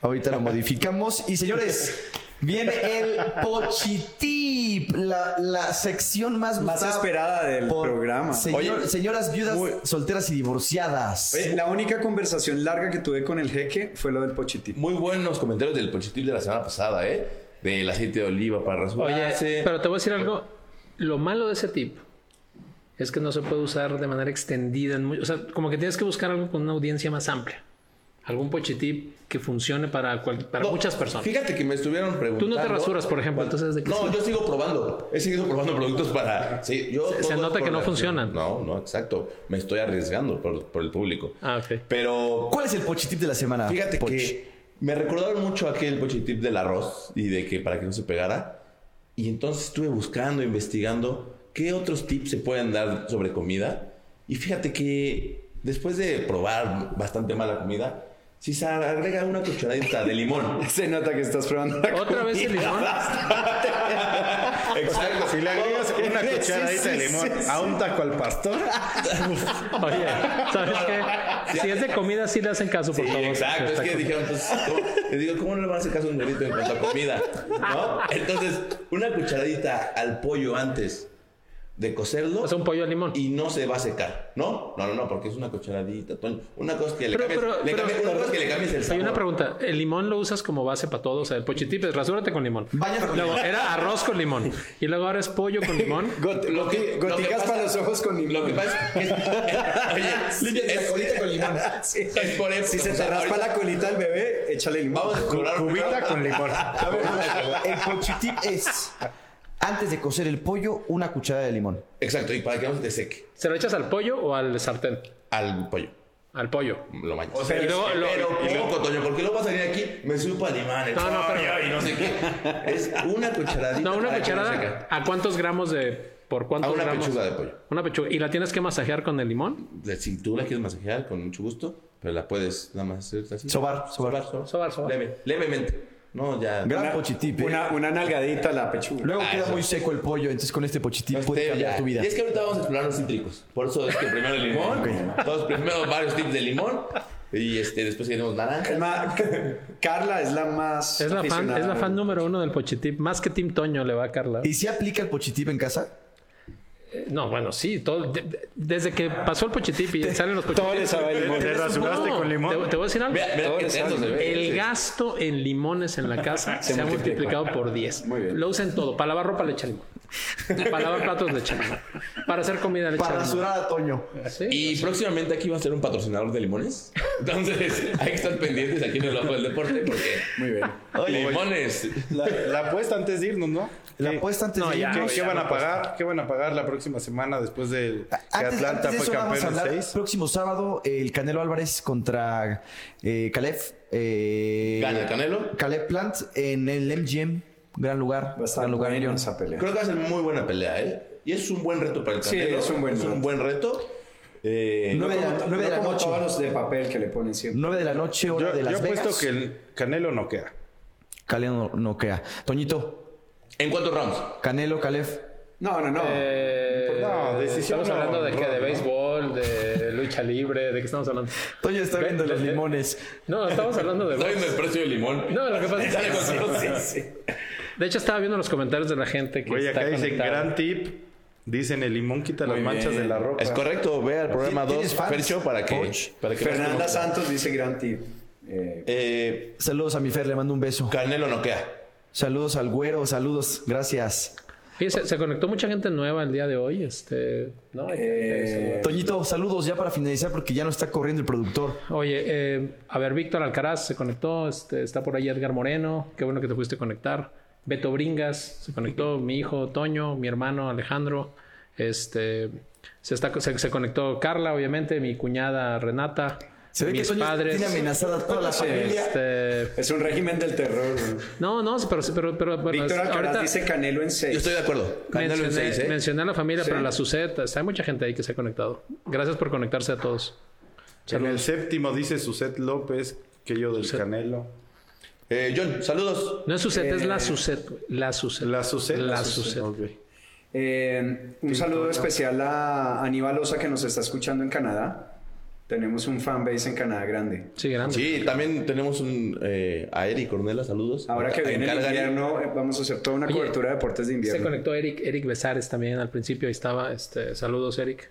Ahorita lo modificamos. Y señores, viene el Pochitip, la, la sección más, Más gustada esperada del por programa. señor- Oye. señoras viudas, Muy- solteras y divorciadas. Oye, la única conversación larga que tuve con el jeque fue lo del pochitito. Muy buenos comentarios del Pochitil de la semana pasada, ¿eh? Del aceite de oliva para Oye, rasurarse. pero te voy a decir algo. Lo malo de ese tip es que no se puede usar de manera extendida. En muy- o sea, como que tienes que buscar algo con una audiencia más amplia. Algún pochitip que funcione para, cual- para No, muchas personas. Fíjate que me estuvieron preguntando. Tú no te rasuras, por ejemplo, entonces, ¿de qué No, sirve? yo sigo probando. He seguido probando productos para. Sí, yo Se- se todo nota es que por no la- funcionan. No, no, exacto. Me estoy arriesgando por, por el público. Ah, ok. Pero ¿Cuál es el Pochitip de la semana? Ah, fíjate Poch? que me recordaron mucho aquel pochitip del arroz y de que para que no se pegara. Y entonces estuve buscando, investigando qué otros tips se pueden dar sobre comida. Y fíjate que después de probar bastante mala comida, si se agrega una cucharadita de limón. Se nota que estás probando la Otra vez el limón. Exacto. Si le agregas una cucharadita de limón a un taco al pastor, Oye, ¿sabes qué? Si es de comida, sí le hacen caso, por Sí, favor. exacto. Es Está que cool. dijeron, pues, ¿cómo? Les digo, ¿cómo no le van a hacer caso a un gorrito en cuanto a comida? ¿No? Entonces, una cucharadita al pollo antes de cocerlo O sea, un pollo al limón. y no se va a secar, ¿no? No, no, no, porque es una cucharadita. Toño. Una cosa es que le Pero- cambies, pero- le pero- cambies- una cosa es que le cambies el Hay sabor. una pregunta. ¿El limón lo usas como base para todo? O sea, el pochitip es rasúrate con limón. Bañate con Luego era arroz con limón. Y luego ahora es pollo con limón. Lo que- lo que Goticas pasa- para los ojos con limón. Lo que pasa es que... Oye, es- Sí. Es por eso, Si se o te sea, raspa ahorita- la colita al bebé, échale limón. Vamos a cobrar cubita con limón. A ver, el Pochitip es antes de cocer el pollo, una cucharada de limón. Exacto, y para que no se te seque ¿Se lo echas al pollo o al sartén? al pollo. Al pollo. lo bañas. y luego lo- pero poco, Toño, porque luego vas a venir aquí, me supo animal, el No, no, pollo pero- y no sé qué. Es una cucharadita. No, una para que no se cucharada. caiga. ¿A cuántos gramos de.? ¿Por cuántos A una gramos? pechuga de pollo. Una pechuga. ¿Y la tienes que masajear con el limón? De- Si tú la quieres masajear, con mucho gusto, pero la puedes nada más hacer así. Sobar, sobar. Sobar, sobar. Leve- levemente. No, ya. Gran Pochitip. ¿eh? Una, una nalgadita a la pechuga. Luego Ah, queda eso. muy seco el pollo, entonces con este pochitip Este, puede cambiar ya. tu vida. Y es que ahorita vamos a explorar los cítricos. Por eso es que primero el limón, todos primero varios tips de limón y este después tenemos naranja. Es más, Carla es la más. Es la, fan, aficionada. es la fan número uno del pochitip. Más que Tim Toño le va a Carla. ¿Y si aplica el pochitip en casa? Eh, No, bueno, sí. todo- de- de- desde que pasó el pochitip y salen los pochitip. Todo le sabe el limón. ¿Te rasuraste No, con limón? Te, te voy a decir algo. Mira, mira qué tenso se ve. El Sí. gasto en limones en la casa se, ha multiplicado por 10. Muy bien. Lo usa en todo. Para lavar ropa le echa limón. Para lavar platos le echa limón. Para hacer comida le echa Para limón. rasurar a Toño. Sí. Y próximamente aquí va a ser un patrocinador de limones. Entonces, hay que estar pendientes aquí en el ojo del deporte porque. Muy bien. limones. La, la apuesta antes de irnos, ¿no? La ¿Qué- apuesta antes No, pues, de ya, ¿Qué, irnos. qué van a pagar? ¿Qué van a pagar la próxima semana después de que Ah, Antes, Atlanta antes de fue eso vamos a campeón hablar. en 6? Próximo sábado, el Canelo Álvarez contra eh, Caleb. eh, Gana el Canelo. Caleb Plant en el MGM. Gran lugar. Va a estar gran lugar. buena esa pelea. Creo que va a ser muy buena pelea, ¿eh? Y es un buen reto para el Sí, Canelo. es un buen reto. reto. Eh, Nueve de la- No nueve de la como noche. todos los de papel que le ponen siempre. 9 de la noche, hora Yo, de yo Las apuesto Vegas. que el Canelo no queda. Canelo no queda. Toñito, ¿En cuántos rounds? Canelo, Caleb. No, no, no. Eh, No, decisión Estamos no, hablando de no, qué? De no. béisbol, de lucha libre, ¿de qué estamos hablando? Toño está viendo los limones. No, estamos hablando de Está viendo el precio del limón. No, lo que pasa es que... De hecho, estaba viendo los comentarios de la gente que Oye, está acá dicen conectada. gran tip. Dicen el limón quita las manchas de la ropa. Es correcto, ve al programa 2, Fercho, para que. Para que veas Fernanda cómo- Santos dice gran tip. Eh, Eh, Saludos a mi Fer, le mando un beso. Canelo noquea. Saludos al güero, saludos, gracias. Fíjense, se conectó mucha gente nueva el día de hoy. Este, no, hay que- eh, Toñito, saludos ya para finalizar porque ya no está corriendo el productor. Oye, eh, a ver, Víctor Alcaraz se conectó, este, está por ahí Edgar Moreno, qué bueno que te pudiste conectar. Beto Bringas se conectó, mi hijo Toño, mi hermano Alejandro, Este, se, está, se, se conectó Carla, obviamente, mi cuñada Renata, Se ve que mis Toño padres. tiene amenazada a toda la familia. Este, Es un régimen del terror. güey. no, no, pero, pero, pero bueno, Víctor Alcaraz ahorita dice Canelo en seis. Yo estoy de acuerdo. Canelo en mencioné, seis, ¿eh? mencioné a la familia, Sí. pero la suceta, hay mucha gente ahí que se ha conectado. Gracias por conectarse a todos. En el séptimo dice Suset López, que yo del Canelo. Eh, John, saludos. No es Suset, es la Eh, Suset, güey. La Suset. La Suset. La Suset. Ok. Eh, un saludo especial a Aníbal Osa que nos está escuchando en Canadá. Tenemos un fanbase en Canadá grande. Sí, grande. Sí, también tenemos un, eh, a Eric Cornela, saludos. Ahora que En viene el Calgary. invierno, eh, vamos a hacer toda una Oye, cobertura de deportes de Se invierno. conectó Eric, Eric Besares también al principio, ahí estaba. Este, saludos, Eric.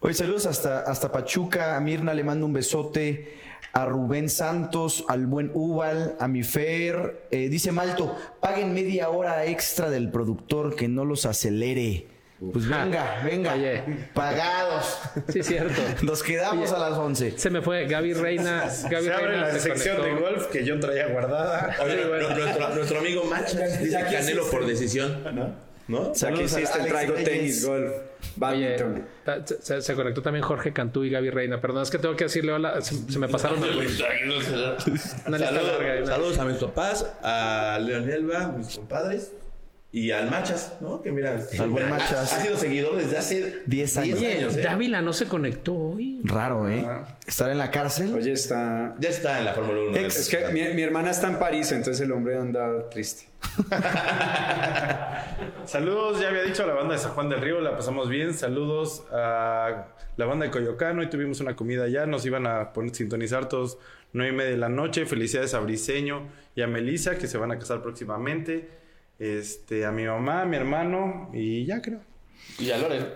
Oye, saludos hasta, hasta Pachuca. A Mirna le mando un besote. A Rubén Santos, al buen Ubal, a mi Fer. Eh, dice Malto, paguen media hora extra del productor que no los acelere. Pues venga, venga. Ah. Oye. Pagados. Sí, es cierto. Nos quedamos a las 11. Se me fue Gaby Reina. Gaby Se abre Reina la se sección de conectó. golf que yo traía guardada. Oye, nu- nuestro, nuestro amigo Machas dice ya que Canelo por decisión. ¿No? ¿No? Ya que Saludos a hiciste el Alex traigo Reyes. tenis, golf, Oye, badminton. ta- se, se conectó también Jorge Cantú y Gaby Reina. Perdón, es que tengo que decirle hola. Se, se me pasaron algunos. Una lista Saludos- larga, una- saludos a mis papás, a Leon Elba, mis compadres. Y al Machas, ¿no? Que mira, Al buen Machas. Ha, ha sido seguidor desde hace 10 años. Oye, ¿eh? Dávila no se conectó hoy. Raro, ¿eh? Estar en la cárcel. Oye, está... Ya está en la Fórmula 1. Es que mi, mi hermana está en París, entonces el hombre anda triste. Saludos, ya había dicho a la banda de San Juan del Río, la pasamos bien. Saludos a la banda de Coyoacano y tuvimos una comida allá. Nos iban a poner, sintonizar todos nueve y media de la noche. Felicidades a Briseño y a Melissa que se van a casar próximamente. Este, a mi mamá, a mi hermano y ya creo. Y a Loren.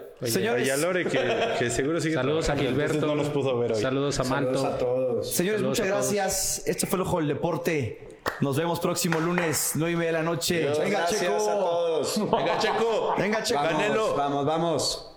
Y a Lore que, que seguro sigue Saludos a trabajando, entonces Gilberto. No nos pudo ver hoy. Saludos a Malto. Saludos a todos. Señores, Saludos muchas a todos. gracias. Esto fue el Ojo del Deporte. Nos vemos próximo lunes, 9 y media de la noche. Venga, Gracias Checo. a todos. Venga, Checo. Venga, Checo. Vamos, Canelo. vamos, vamos.